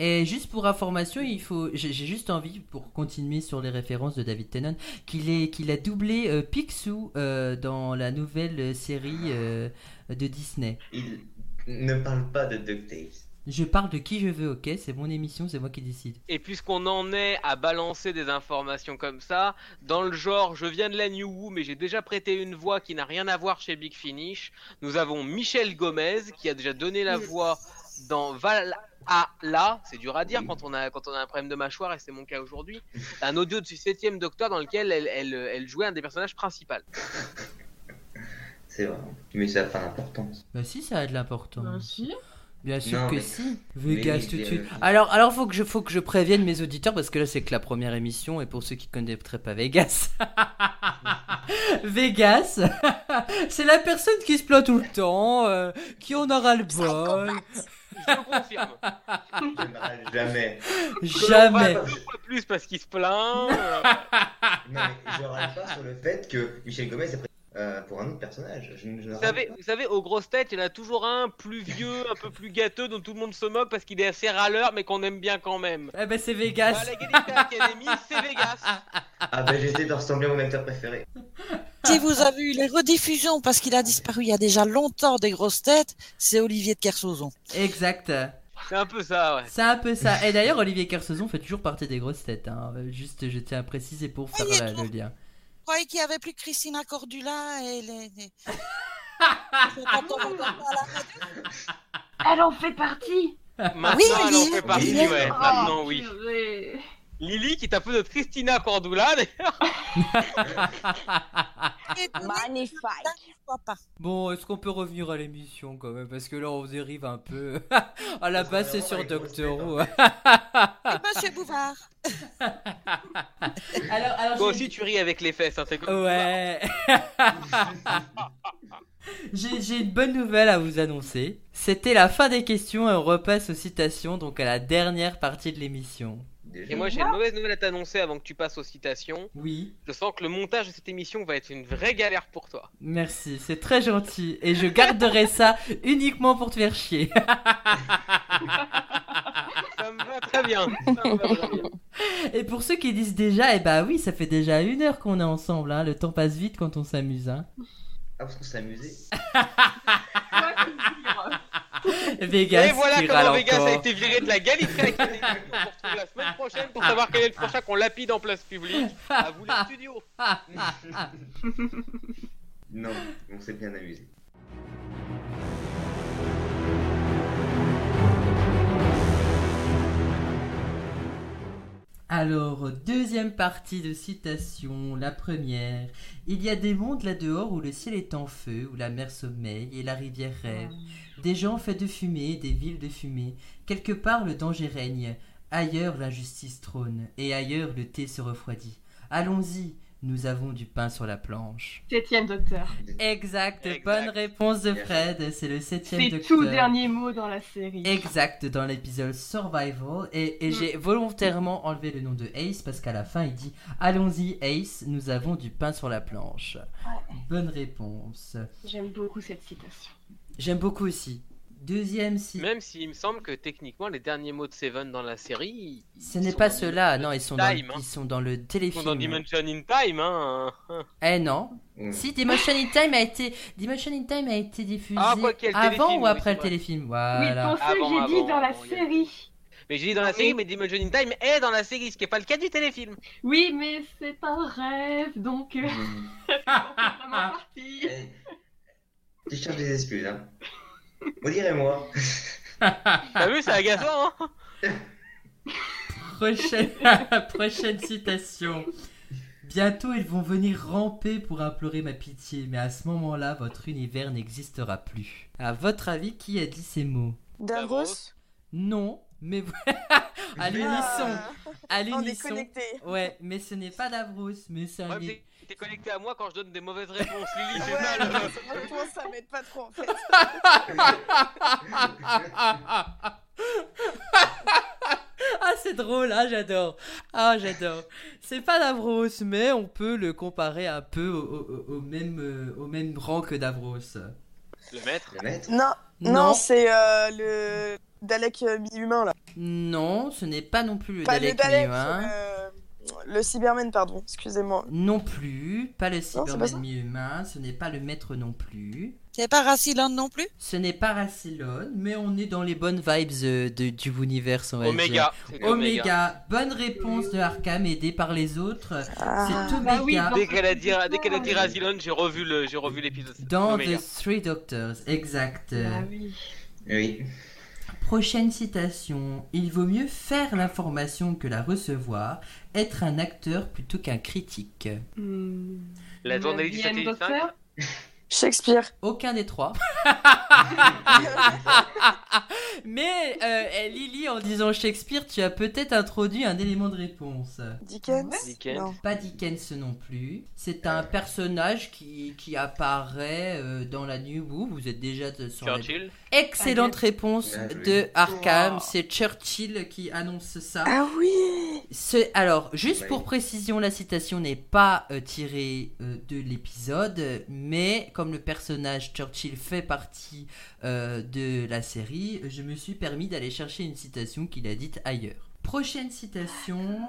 A: Et juste pour information, il faut, j'ai j'ai juste envie, pour continuer sur les références de David Tennant, qu'il est, qu'il a doublé euh, Picsou euh, dans la nouvelle série euh, de Disney.
E: Il ne parle pas de DuckTales.
A: Je parle de qui je veux, ok C'est mon émission, c'est moi qui décide.
D: Et puisqu'on en est à balancer des informations comme ça, dans le genre je viens de la New Who mais j'ai déjà prêté une voix qui n'a rien à voir chez Big Finish, nous avons Michel Gomez qui a déjà donné la voix dans Valhalla, c'est dur à dire quand on a, quand on a un problème de mâchoire et c'est mon cas aujourd'hui, un audio du 7ème Docteur dans lequel elle, elle, elle jouait un des personnages principaux.
E: C'est vrai. Mais ça n'a pas d'importance.
A: Bah si, ça a de l'importance.
B: Bien sûr.
A: Bien sûr
E: Non,
A: que
E: mais-
A: si.
E: mais
A: Vegas
E: oui,
A: tout de
E: mais,
A: suite.
E: euh,
A: Alors, alors faut que je faut que je prévienne mes auditeurs parce que là c'est que la première émission et pour ceux qui connaîtraient pas Vegas, Vegas, c'est la personne qui se plaint tout le temps, euh, qui en aura le bol,
D: Je le confirme.
E: Je ne râle jamais.
A: jamais.
D: On va deux fois plus parce qu'il se plaint. euh,
E: Non, mais je râle pas sur le fait que Michel Gomez a pris euh, pour un autre personnage. Je, ne- je ne
D: Vous savez,
E: rappelle
D: vous savez, aux grosses têtes, il y en a toujours un plus vieux, un peu plus gâteux, dont tout le monde se moque parce qu'il est assez râleur, mais qu'on aime bien quand même.
A: Ah bah c'est
D: Bah,
A: Vegas.
D: la Galactic Academy, c'est Vegas.
E: pas. Ah bah j'essaie de ressembler à mon acteur préféré.
F: Si vous avez eu les rediffusions, parce qu'il a disparu il y a déjà longtemps des grosses têtes, c'est Olivier de Kersauzon.
A: Exact.
D: C'est un peu ça, ouais.
A: C'est un peu ça. Et d'ailleurs, Olivier Kersauzon fait toujours partie des grosses têtes. hein. Juste, je tiens à préciser pour faire
F: Oui, il est
A: euh, le
F: toujours-
A: lien.
F: Vous croyez qu'il n'y avait plus que Christina Cordula et les... les- Ils sont encore encore pas là.
B: Elle en fait partie
D: Maintenant,
F: Oui,
D: elle en
F: Lily.
D: fait partie,
E: Lily.
D: ouais.
E: Oh,
B: Ah,
D: Maintenant, Ah, oui.
B: purée.
D: Lily, qui est un peu notre Christina Cordula, d'ailleurs.
F: Et donner
C: Magnifique.
F: pourquoi pas.
A: Bon, est-ce qu'on peut revenir à l'émission quand même Parce que là, on dérive un peu. à la
E: Ça
A: base, c'est
E: va
A: sur
E: vraiment avec
A: Doctor
E: grosses
A: Who. hein.
F: Et Monsieur Bouvard.
A: alors, alors,
D: Toi
A: j'ai-
D: aussi, tu ris avec les fesses, hein, c'est comme-
A: Ouais. J'ai j'ai une bonne nouvelle à vous annoncer. C'était la fin des questions et on repasse aux citations, donc à la dernière partie de l'émission.
E: Déjà.
D: Et moi, j'ai une mauvaise nouvelle à t'annoncer avant que tu passes aux citations.
A: Oui.
D: Je sens que le montage de cette émission va être une vraie galère pour toi.
A: Merci, c'est très gentil. Et je garderai ça uniquement pour te faire chier.
D: Ça me va très bien. Ça me va très bien.
A: Et pour ceux qui disent déjà, eh bah oui, ça fait déjà une heure qu'on est ensemble. Hein. Le temps passe vite quand on s'amuse. Hein.
E: Ah parce qu'on s'est amusé.
B: Quoi que dire.
A: Vegas,
D: Et voilà
A: qui
D: comment
A: râle
D: Vegas
A: encore.
D: a été viré de la Galifrey Academy. On se retrouve la semaine prochaine pour savoir quel est le prochain qu'on lapide en place publique. À vous les studios.
E: Non, on s'est bien amusé.
A: Alors, deuxième partie de citation, la première. Il y a des mondes là-dehors où le ciel est en feu, où la mer sommeille et la rivière rêve. Des gens faits de fumée, des villes de fumée. Quelque part le danger règne. Ailleurs l'injustice trône, et ailleurs le thé se refroidit. Allons-y, nous avons du pain sur la planche.
B: Septième docteur.
A: Exact,
D: Exact.
A: bonne réponse de
E: Bien
A: Fred, c'est le septième
B: C'est
A: docteur.
B: tout dernier mot dans la série.
A: Exact, dans l'épisode Survival. Et, et
B: Mm.
A: j'ai volontairement enlevé le nom de Ace parce qu'à la fin il dit Allons-y, Ace, nous avons du pain sur la planche. Bonne réponse.
B: J'aime beaucoup cette citation.
A: J'aime beaucoup aussi. Deuxième si.
D: Même s'il me semble que techniquement, les derniers mots de Seven dans la série. ils
A: Ce n'est
D: sont
A: pas
D: dans
A: cela,
D: Dimension
A: non, ils sont,
D: in
A: dans,
D: Time, hein.
A: ils sont dans le
D: Ils sont dans
A: téléfilm.
D: Dimension in Time, hein.
A: Eh non.
E: Mm.
A: Si Dimension in Time a été, Dimension in Time a été diffusé
D: Ah, quoi qu'il y ait le
A: avant
D: téléfilm,
A: ou
D: oui,
A: après
D: c'est
A: le
D: vrai.
A: téléfilm.
B: Oui,
A: Voilà.
B: pour ça que
D: Avant,
B: j'ai dit
D: avant,
B: dans la
D: avant, il y a-
B: série.
D: Mais j'ai dit dans la série, mais Dimension in Time est dans la série, ce qui n'est pas le cas du téléfilm.
B: Oui, mais c'est un rêve, donc euh,
E: Mm.
B: c'est vraiment parti.
A: Euh,
E: Eh, Tu cherches des excuses, hein Vous direz moi.
D: T'as vu, c'est agaçant, hein
A: Prochaine, prochaine citation. Bientôt, ils vont venir ramper pour implorer ma pitié, mais à ce moment-là, votre univers n'existera plus. À votre avis, qui a dit ces mots
D: Davros.
C: Davros.
A: Non, mais à l'unisson,
C: Ah,
A: à
C: On est
A: l'unisson.
C: connectés.
A: Ouais, mais ce n'est pas Davros, mais c'est un.
D: Ouais, mais t'es- T'es connecté à moi quand je donne des mauvaises réponses, Lily, c'est
C: Ouais,
D: mal.
A: hein.
C: Franchement, ça m'aide pas trop en fait.
A: ah, c'est drôle, ah, j'adore. Ah, j'adore. C'est pas Davros, mais on peut le comparer un peu au, au- au- au même, euh, au même rang que Davros.
D: Le maître.
E: Le maître
C: Non, non, c'est euh, le Dalek euh, mi-humain là.
A: Non, ce n'est pas non plus le
C: Pas
A: Dalek
C: le Dalek.
A: mi-humain.
C: euh, Le Cyberman, pardon, excusez-moi.
A: Non plus, pas le
C: c'est pas ça.
A: Cyberman mi-humain, ce n'est pas le maître non plus.
F: C'est pas Racilon non plus
A: Ce n'est pas Rassilon, mais on est dans les bonnes vibes euh, de- du univers, on va dire.
D: Oméga. c'est Oméga.
A: Oméga, bonne réponse de Arkham, aidé par les autres.
C: Ah.
A: C'est Oméga
B: Bah oui,
D: Dès qu'elle a dit, dès qu'elle a dit Razilon, j'ai revu le, j'ai revu l'épisode.
A: dans
D: Oméga.
A: The Three Doctors, exact.
B: Ah oui.
E: Oui.
A: Prochaine citation. Il vaut mieux faire l'information que la recevoir, être un acteur plutôt qu'un critique.
B: Hmm.
D: La journaliste du
B: Bien,
D: satellite 5.
B: docteur.
C: Shakespeare.
A: Aucun des trois. Mais euh, Lily, en disant Shakespeare, tu as peut-être introduit un élément de réponse.
C: Dickens.
D: Dickens.
C: Non.
A: Pas Dickens non plus. C'est un personnage qui, qui apparaît euh, dans la New Who. Vous êtes déjà de- sur la...
D: Churchill.
A: Excellente réponse
E: Bien joué.
A: de Arkham.
B: Wow.
A: C'est Churchill qui annonce ça.
C: Ah oui.
A: C'est- alors, juste
E: Oui.
A: pour précision, la citation n'est pas euh, tirée euh, de l'épisode, mais comme le personnage Churchill fait partie euh, de la série, je me suis permis d'aller chercher une citation qu'il a dite ailleurs. Prochaine citation.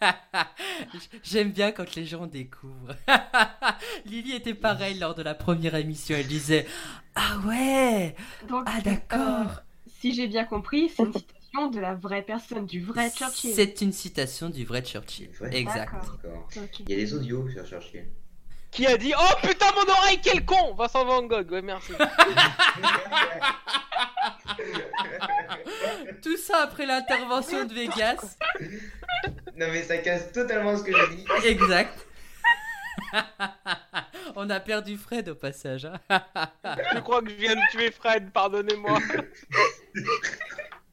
A: J'aime bien quand les gens découvrent. Lily était pareil lors de la première émission. Elle disait Ah ouais,
B: Donc,
A: ah d'accord.
B: euh, si j'ai bien compris, c'est une citation de la vraie personne, du vrai Churchill.
A: C'est une citation du vrai Churchill.
E: Du vrai.
A: Exact.
B: D'accord.
E: D'accord.
B: Ok.
A: Bah,
E: Il y a des audios sur Churchill.
D: Qui a dit Oh putain, mon oreille, quel con Vincent Van Gogh, ouais, merci.
A: Tout ça après l'intervention de Vegas.
E: non mais ça casse totalement ce que j'ai dit.
A: Exact. On a perdu Fred au passage. hein.
D: je crois que je viens de tuer Fred, pardonnez-moi.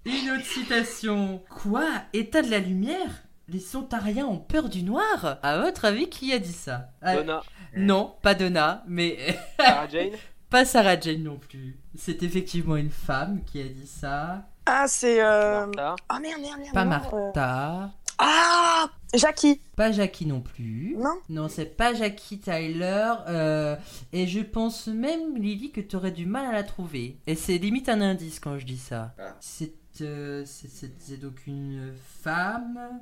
A: Une autre citation. Quoi État de la lumière Les Sontariens ont peur du noir À votre avis, qui a dit ça Ah,
D: Donna,
A: Non, pas Donna, mais
D: Sarah Jane.
A: pas Sarah Jane non plus. C'est effectivement une femme qui a dit ça.
C: Ah, c'est. euh,
D: Martha.
C: Ah merde, merde, merde.
A: Pas
C: non, euh,
A: Martha.
C: Ah Jackie
A: Pas Jackie non plus.
C: Non
A: Non, c'est pas Jackie Tyler. euh, et je pense même, Lily, que t'aurais du mal à la trouver. Et c'est limite un indice quand je dis ça.
E: Ah.
A: C'est euh, c'est- c'est- c'est donc une femme.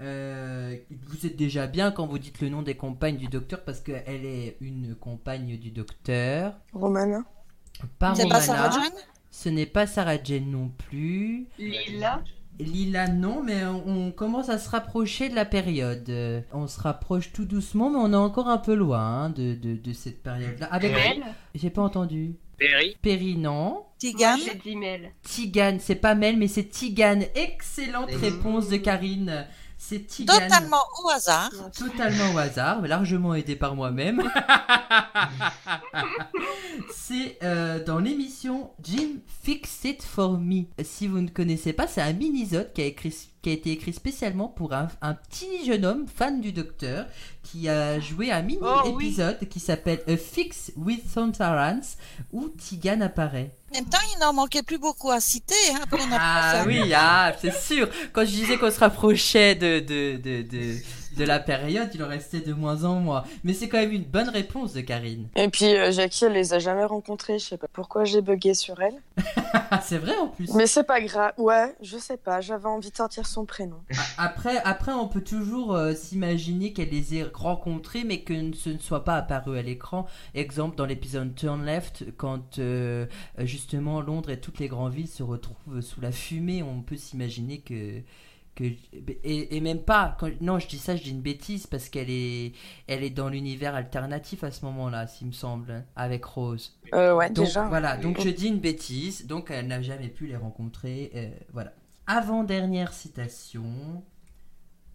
A: euh, vous êtes déjà bien quand vous dites le nom des compagnes du docteur parce qu'elle est une compagne du docteur.
C: Romana
A: Pas
F: C'est pas Sarah
A: Romana.
F: Jane
A: Ce n'est pas Sarah Jane non plus.
B: Lila,
A: Lila, non, mais on, on commence à se rapprocher de la période. Euh, On se rapproche tout doucement, mais on est encore un peu loin hein, de, de- de cette période-là. Avec...
B: Mel.
A: J'ai pas entendu.
D: Perry.
A: Perry, non.
B: Moi,
F: Tigane
B: j'ai dit Mel.
A: Tigane, c'est pas Mel, mais c'est Tigane. Excellente
E: Et-
A: réponse de Karine. C'est Tigane.
F: Totalement au hasard.
A: Totalement au hasard, mais largement aidé par moi-même. c'est euh, dans l'émission Jim Fix It For Me. Si vous ne connaissez pas, c'est un mini-zode qui, a écrit- qui a été écrit spécialement pour un, un petit jeune homme fan du docteur qui a joué un
D: Oh, oui.
A: mini-épisode qui s'appelle A Fix with Santarans où Tigan apparaît.
F: En même temps, il n'en manquait plus beaucoup à citer. Hein, après notre
A: Ah
F: affaire.
A: oui, ah, c'est sûr. Quand je disais qu'on se rapprochait de, de, de, de, de la période, il en restait de moins en moins. Mais c'est quand même une bonne réponse de Karine.
C: Et puis euh, Jackie, elle les a jamais rencontrés. Je sais pas pourquoi j'ai bugué sur elle.
A: Ah, c'est vrai en plus.
C: Mais c'est pas grave. Ouais, je sais pas. J'avais envie de sortir son prénom.
A: Après, après on peut toujours euh, s'imaginer qu'elle les ait rencontrés, er, mais que ce ne soit pas apparu à l'écran. Exemple, dans l'épisode Turn Left, quand euh, justement Londres et toutes les grandes villes se retrouvent sous la fumée, on peut s'imaginer que. que et, et même pas. Quand, non, je dis ça, je dis une bêtise, parce qu'elle est, elle est dans l'univers alternatif à ce moment-là, s'il me semble, hein, avec Rose.
C: Euh, ouais,
A: Donc
C: déjà.
A: voilà, donc je dis une bêtise, donc elle n'a jamais pu les rencontrer. euh, voilà. Avant-dernière citation.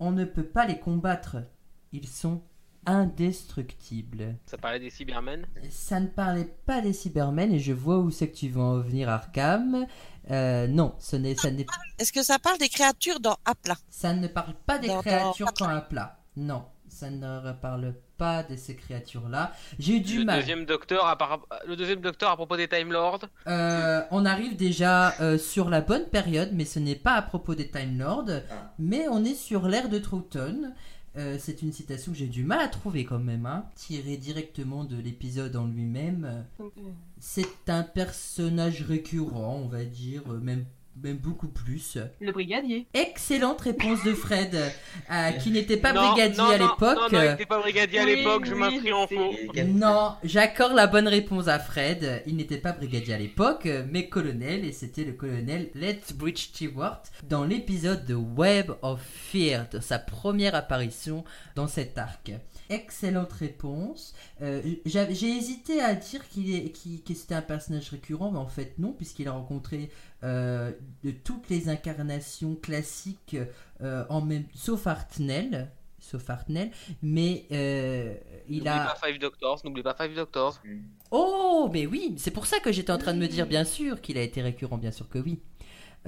A: On ne peut pas les combattre, ils sont indestructibles.
D: Ça parlait des Cybermen.
A: Ça ne parlait pas des Cybermen et je vois où c'est que tu vas en venir, Arkham. Euh, non, ce n'est, ça, n'est-
F: Est-ce que ça parle des créatures dans Apla
A: ça ne parle pas des
F: Non, non.
A: créatures quand à plat. Non, ça ne parle pas de ces créatures-là. J'ai eu du
D: le
A: mal.
D: deuxième docteur à par- le deuxième docteur à propos des Time Lords.
A: Euh, on arrive déjà euh, sur la bonne période, mais ce n'est pas à propos des Time Lords,
E: Ah.
A: mais on est sur l'ère de Troughton. Euh, c'est une citation que j'ai du mal à trouver quand même, hein. tirée directement de l'épisode en lui-même. C'est un personnage récurrent, on va dire, euh, même, même beaucoup plus.
B: Le brigadier.
A: Excellente réponse de Fred, euh, qui n'était pas
D: Non,
A: brigadier
D: non,
A: à
D: non,
A: l'époque. euh.
D: Non, non, il n'était pas brigadier à
B: Oui,
D: l'époque, je
B: oui,
D: m'inscris en
B: c'est-
D: faux.
E: Il est capitaine.
A: Non, j'accorde la bonne réponse à Fred. Il n'était pas brigadier à l'époque, mais colonel, et c'était le colonel Lethbridge Stewart dans l'épisode de Web of Fear, de sa première apparition dans cet arc. Excellente réponse. Euh, j'avais- J'ai hésité à dire qu'il est, qu'il- que c'était un personnage récurrent, mais en fait non, puisqu'il a rencontré euh, de toutes les incarnations classiques, euh, en même, sauf Hartnell. Sauf Hartnell, mais euh, il
D: N'oublie
A: a.
D: pas Five Doctors, n'oublie pas Five Doctors.
A: Oh, mais oui, c'est pour ça que j'étais en train de me dire, bien sûr, qu'il a été récurrent, bien sûr que oui.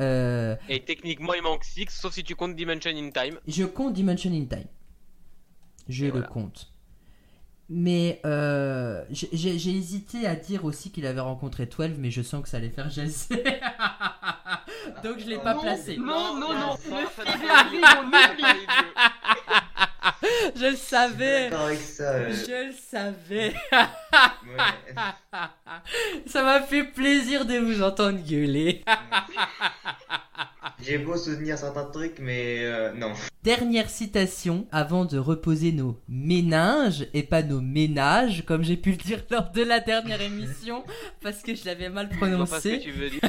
A: Euh,
D: Et techniquement, il manque Six, sauf si tu comptes Dimension in Time.
A: je compte Dimension in Time. Je
D: Et
A: le
D: voilà.
A: compte. Mais euh, j'ai- j'ai j'ai hésité à dire aussi qu'il avait rencontré 12, mais je sens que ça allait faire jaser. Donc je l'ai pas
B: Non,
A: placé.
B: Non, non, non, le
D: ça doit
B: CDD,
D: être-
B: on
D: ça doit
B: oublie.
D: être idiot.
A: Je le savais.
E: D'accord avec ça. euh,
A: Je le savais.
E: ouais.
A: Ça m'a fait plaisir de vous entendre gueuler.
E: J'ai beau soutenir certains trucs, mais euh, non.
A: Dernière citation avant de reposer nos méninges et pas nos ménages, comme j'ai pu le dire lors de la dernière émission, parce que je l'avais mal
D: Je vois pas ce que
A: prononcé.
D: tu veux dire.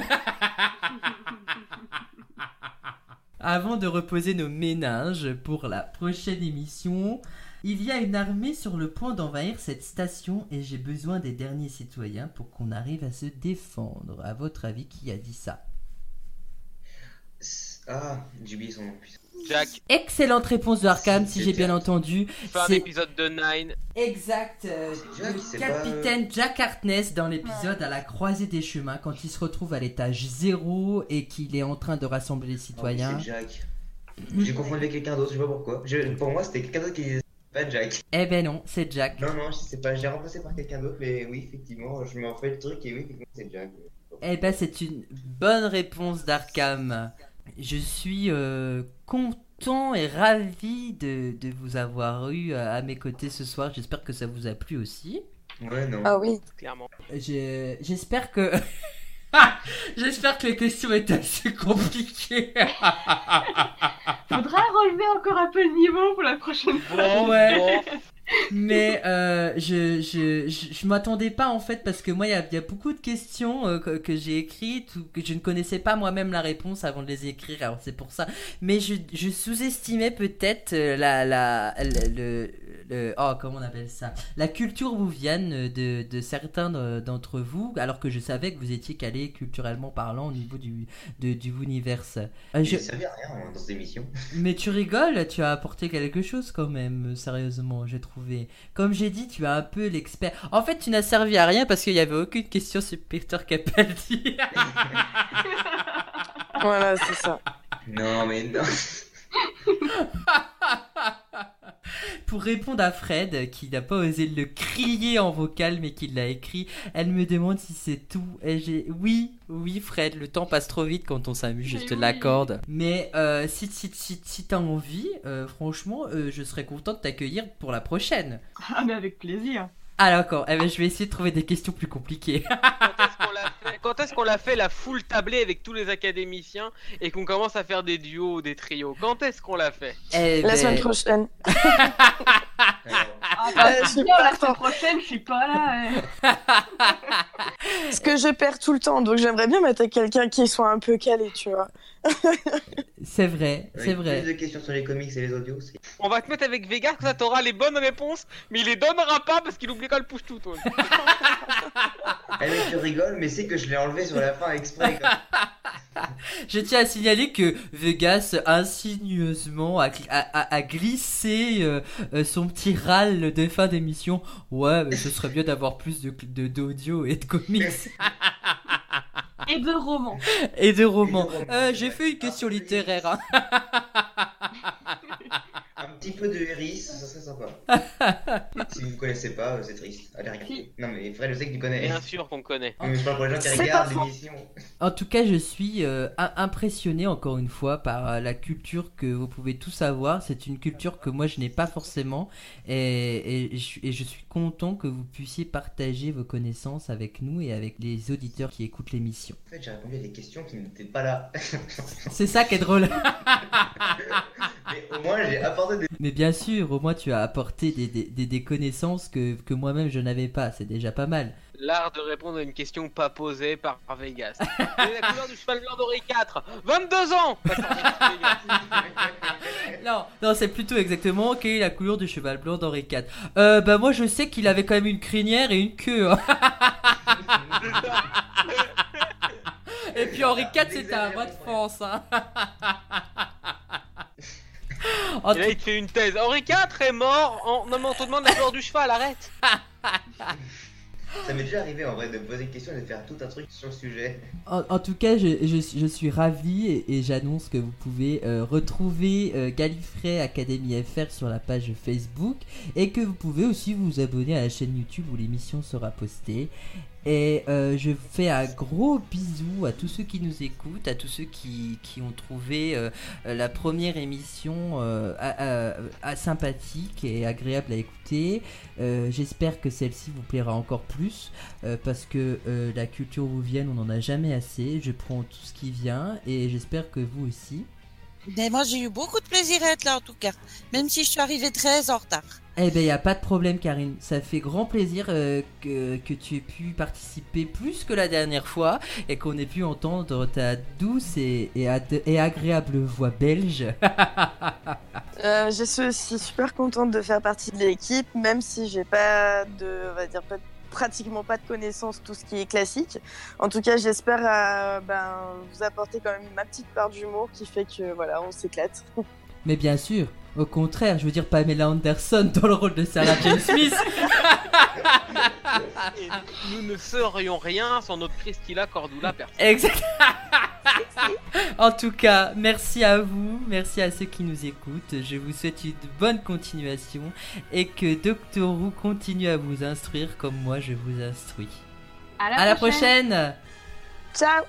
A: Avant de reposer nos méninges pour la prochaine émission, il y a une armée sur le point d'envahir cette station et j'ai besoin des derniers citoyens pour qu'on arrive à se défendre. À votre avis, qui a dit ça
E: C'est- Ah, j'ai oublié son nom. putain.
D: Jack,
A: Excellente réponse de Arkham, si
E: C'est
A: j'ai bien
E: Jack.
A: entendu.
D: fin
A: C'est-
D: d'épisode de Nine.
A: Exact. euh,
E: Jack,
A: le
E: Ah, c'est
A: capitaine Jack Hartness dans l'épisode à la croisée des chemins quand il se retrouve à l'étage zéro et qu'il est en train de rassembler les
E: Ah oui,
A: citoyens.
E: C'est Jack. J'ai confondu avec quelqu'un d'autre, je sais pas pourquoi. Je- Pour moi, c'était quelqu'un d'autre qui disait pas Jack.
A: eh ben non, c'est Jack.
E: Non, non, je sais pas, j'ai remplacé par quelqu'un d'autre, mais oui, effectivement, je me refais le truc et oui, effectivement, c'est Jack.
A: Eh ben c'est une bonne réponse d'Arkham. Je suis euh, content et ravi de, de vous avoir eu euh, à, à mes côtés ce soir. J'espère que ça vous a plu aussi.
E: Ouais, non.
F: Ah oui.
D: Clairement.
A: J'ai- J'espère que... J'espère que les questions étaient assez compliquées.
B: Faudra relever encore un peu le niveau pour la prochaine fois.
D: Bon,
A: Ouais.
D: bon.
A: Mais euh, je, je, je, je m'attendais pas en fait parce que moi il y a, il y a beaucoup de questions euh, que, que j'ai écrites ou que je ne connaissais pas moi-même la réponse avant de les écrire alors c'est pour ça mais je, je sous-estimais peut-être euh, la la, la- le, le oh comment on appelle ça la culture bouvienne de, de certains euh, d'entre vous alors que je savais que vous étiez calé culturellement parlant au niveau du de, du univers Euh, je-
E: Il servait à rien hein, dans cette émission.
A: mais tu rigoles, tu as apporté quelque chose quand même, euh, sérieusement, j'ai trouvé. Comme j'ai dit, tu as un peu l'expert. En fait, tu n'as servi à rien parce qu'il n'y avait aucune question sur Peter Capaldi.
C: Voilà, c'est ça.
E: Ah. Non, mais non.
A: Pour répondre à Fred, qui n'a pas osé le crier en vocal, mais qui l'a écrit, elle me demande si c'est tout. Et j'ai... Oui, oui, Fred, le temps passe trop vite quand on s'amuse, je
B: Mais
A: te
B: oui.
A: l'accorde. Mais euh, si, si, si, si t'as envie, euh, franchement, euh, je serais content de t'accueillir pour la prochaine.
B: Ah, mais avec plaisir.
A: Alors, quand eh ben, je vais essayer de trouver des questions plus compliquées.
D: Quand est-ce qu'on l'a fait- Quand est-ce qu'on l'a fait la full tablée avec tous les académiciens et qu'on commence à faire des duos, des trios Quand est-ce qu'on l'a fait
A: Eh
C: La
A: ben,
C: semaine prochaine.
E: Alors,
B: Ah, bah,
C: Euh, je
B: c'est
C: suis
B: bien,
C: pas
B: la
C: là.
B: semaine prochaine, je suis pas là. hein.
C: Parce que je perds tout le temps, donc j'aimerais bien mettre quelqu'un qui soit un peu calé, tu vois.
A: C'est vrai, c'est
E: avec
A: vrai.
E: Plus de questions sur les comics et les audios. c'est-
D: On va te mettre avec Vega, comme ça t'auras les bonnes réponses, mais il les donnera pas parce qu'il oublie quand le push tout.
E: Eh, mais tu rigoles, mais c'est que je l'ai enlevé sur la fin exprès. quoi.
A: Je tiens à signaler que Vegas insinueusement a, gl- a, a- a glissé euh, euh, son petit râle de fin d'émission. Ouais, mais ce serait bien d'avoir plus de cl- de- d'audio et de comics
B: Et de romans.
A: et de romans.
E: Et de romans.
A: Euh, J'ai fait une question littéraire. hein.
E: Un petit peu de Eris, ça serait sympa. si vous ne connaissez pas, euh, c'est triste. Allez, regarder. Non, mais Fred, je sais que tu connais.
D: Bien sûr qu'on connaît.
E: Mais je parle pour les gens qui
C: C'est pas
E: regardent
C: faux.
E: l'émission.
A: En tout cas, je suis euh, im- impressionné encore une fois par euh, la culture que vous pouvez tous avoir. C'est une culture que moi je n'ai pas forcément et, et je, suis- et je suis content que vous puissiez partager vos connaissances avec nous et avec les auditeurs qui écoutent l'émission.
E: En fait, j'ai répondu à des questions qui n'étaient pas là.
A: C'est ça qui est drôle.
E: mais au moins, j'ai apporté des.
A: Mais bien sûr, au moins tu as apporté des, des- des- des connaissances que, que moi-même je n'avais pas. C'est déjà pas mal.
D: L'art de répondre à une question pas posée par Vegas. Et la couleur du cheval blanc d'Henri IV 22 ans Pas sorti de Vegas.
A: Non, non c'est plutôt exactement quelle est la couleur du cheval blanc d'Henri IV. Euh, bah moi je sais qu'il avait quand même une crinière et une queue. hein. Et puis Henri IV c'était un roi de France. hein. En Ah,
D: Et là, il te fait une thèse. Henri IV est mort en. Non, mais on te demande la couleur du cheval, arrête
E: Ça m'est déjà arrivé en vrai de poser une question et de faire tout un truc sur le sujet.
A: En, en tout cas, je, je- je suis ravi et, et j'annonce que vous pouvez euh, retrouver euh, Gallifrey Academy FR sur la page Facebook et que vous pouvez aussi vous abonner à la chaîne YouTube où l'émission sera postée. Et euh, je fais un gros bisou à tous ceux qui nous écoutent, à tous ceux qui, qui ont trouvé euh, la première émission euh, à- à- à sympathique et agréable à écouter. Euh, J'espère que celle-ci vous plaira encore plus euh, parce que euh, la culture louvienne, on n'en a jamais assez. Je prends tout ce qui vient et j'espère que vous aussi.
F: Mais moi, j'ai eu beaucoup de plaisir à être là, en tout cas. Même si je suis arrivée très en retard.
A: Eh ben, y a pas de problème, Karine. Ça fait grand plaisir euh, que, que tu aies pu participer plus que la dernière fois et qu'on ait pu entendre ta douce et, et ad- et agréable voix belge.
C: Euh, je suis aussi super contente de faire partie de l'équipe, même si j'ai pas de, on va dire, pas de- pratiquement pas de connaissances tout ce qui est classique. En tout cas, j'espère euh, ben, vous apporter quand même ma petite part d'humour qui fait que voilà, on s'éclate.
A: Mais bien sûr, au contraire, je veux dire Pamela Anderson dans le rôle de Sarah Jane Smith.
D: Et nous ne serions rien sans notre Christina Cordula personne.
A: Exact. en tout cas, merci à vous, merci à ceux qui nous écoutent. Je vous souhaite une bonne continuation et que Doctor Who continue à vous instruire comme moi je vous instruis.
B: À la
A: À la prochaine.
C: Ciao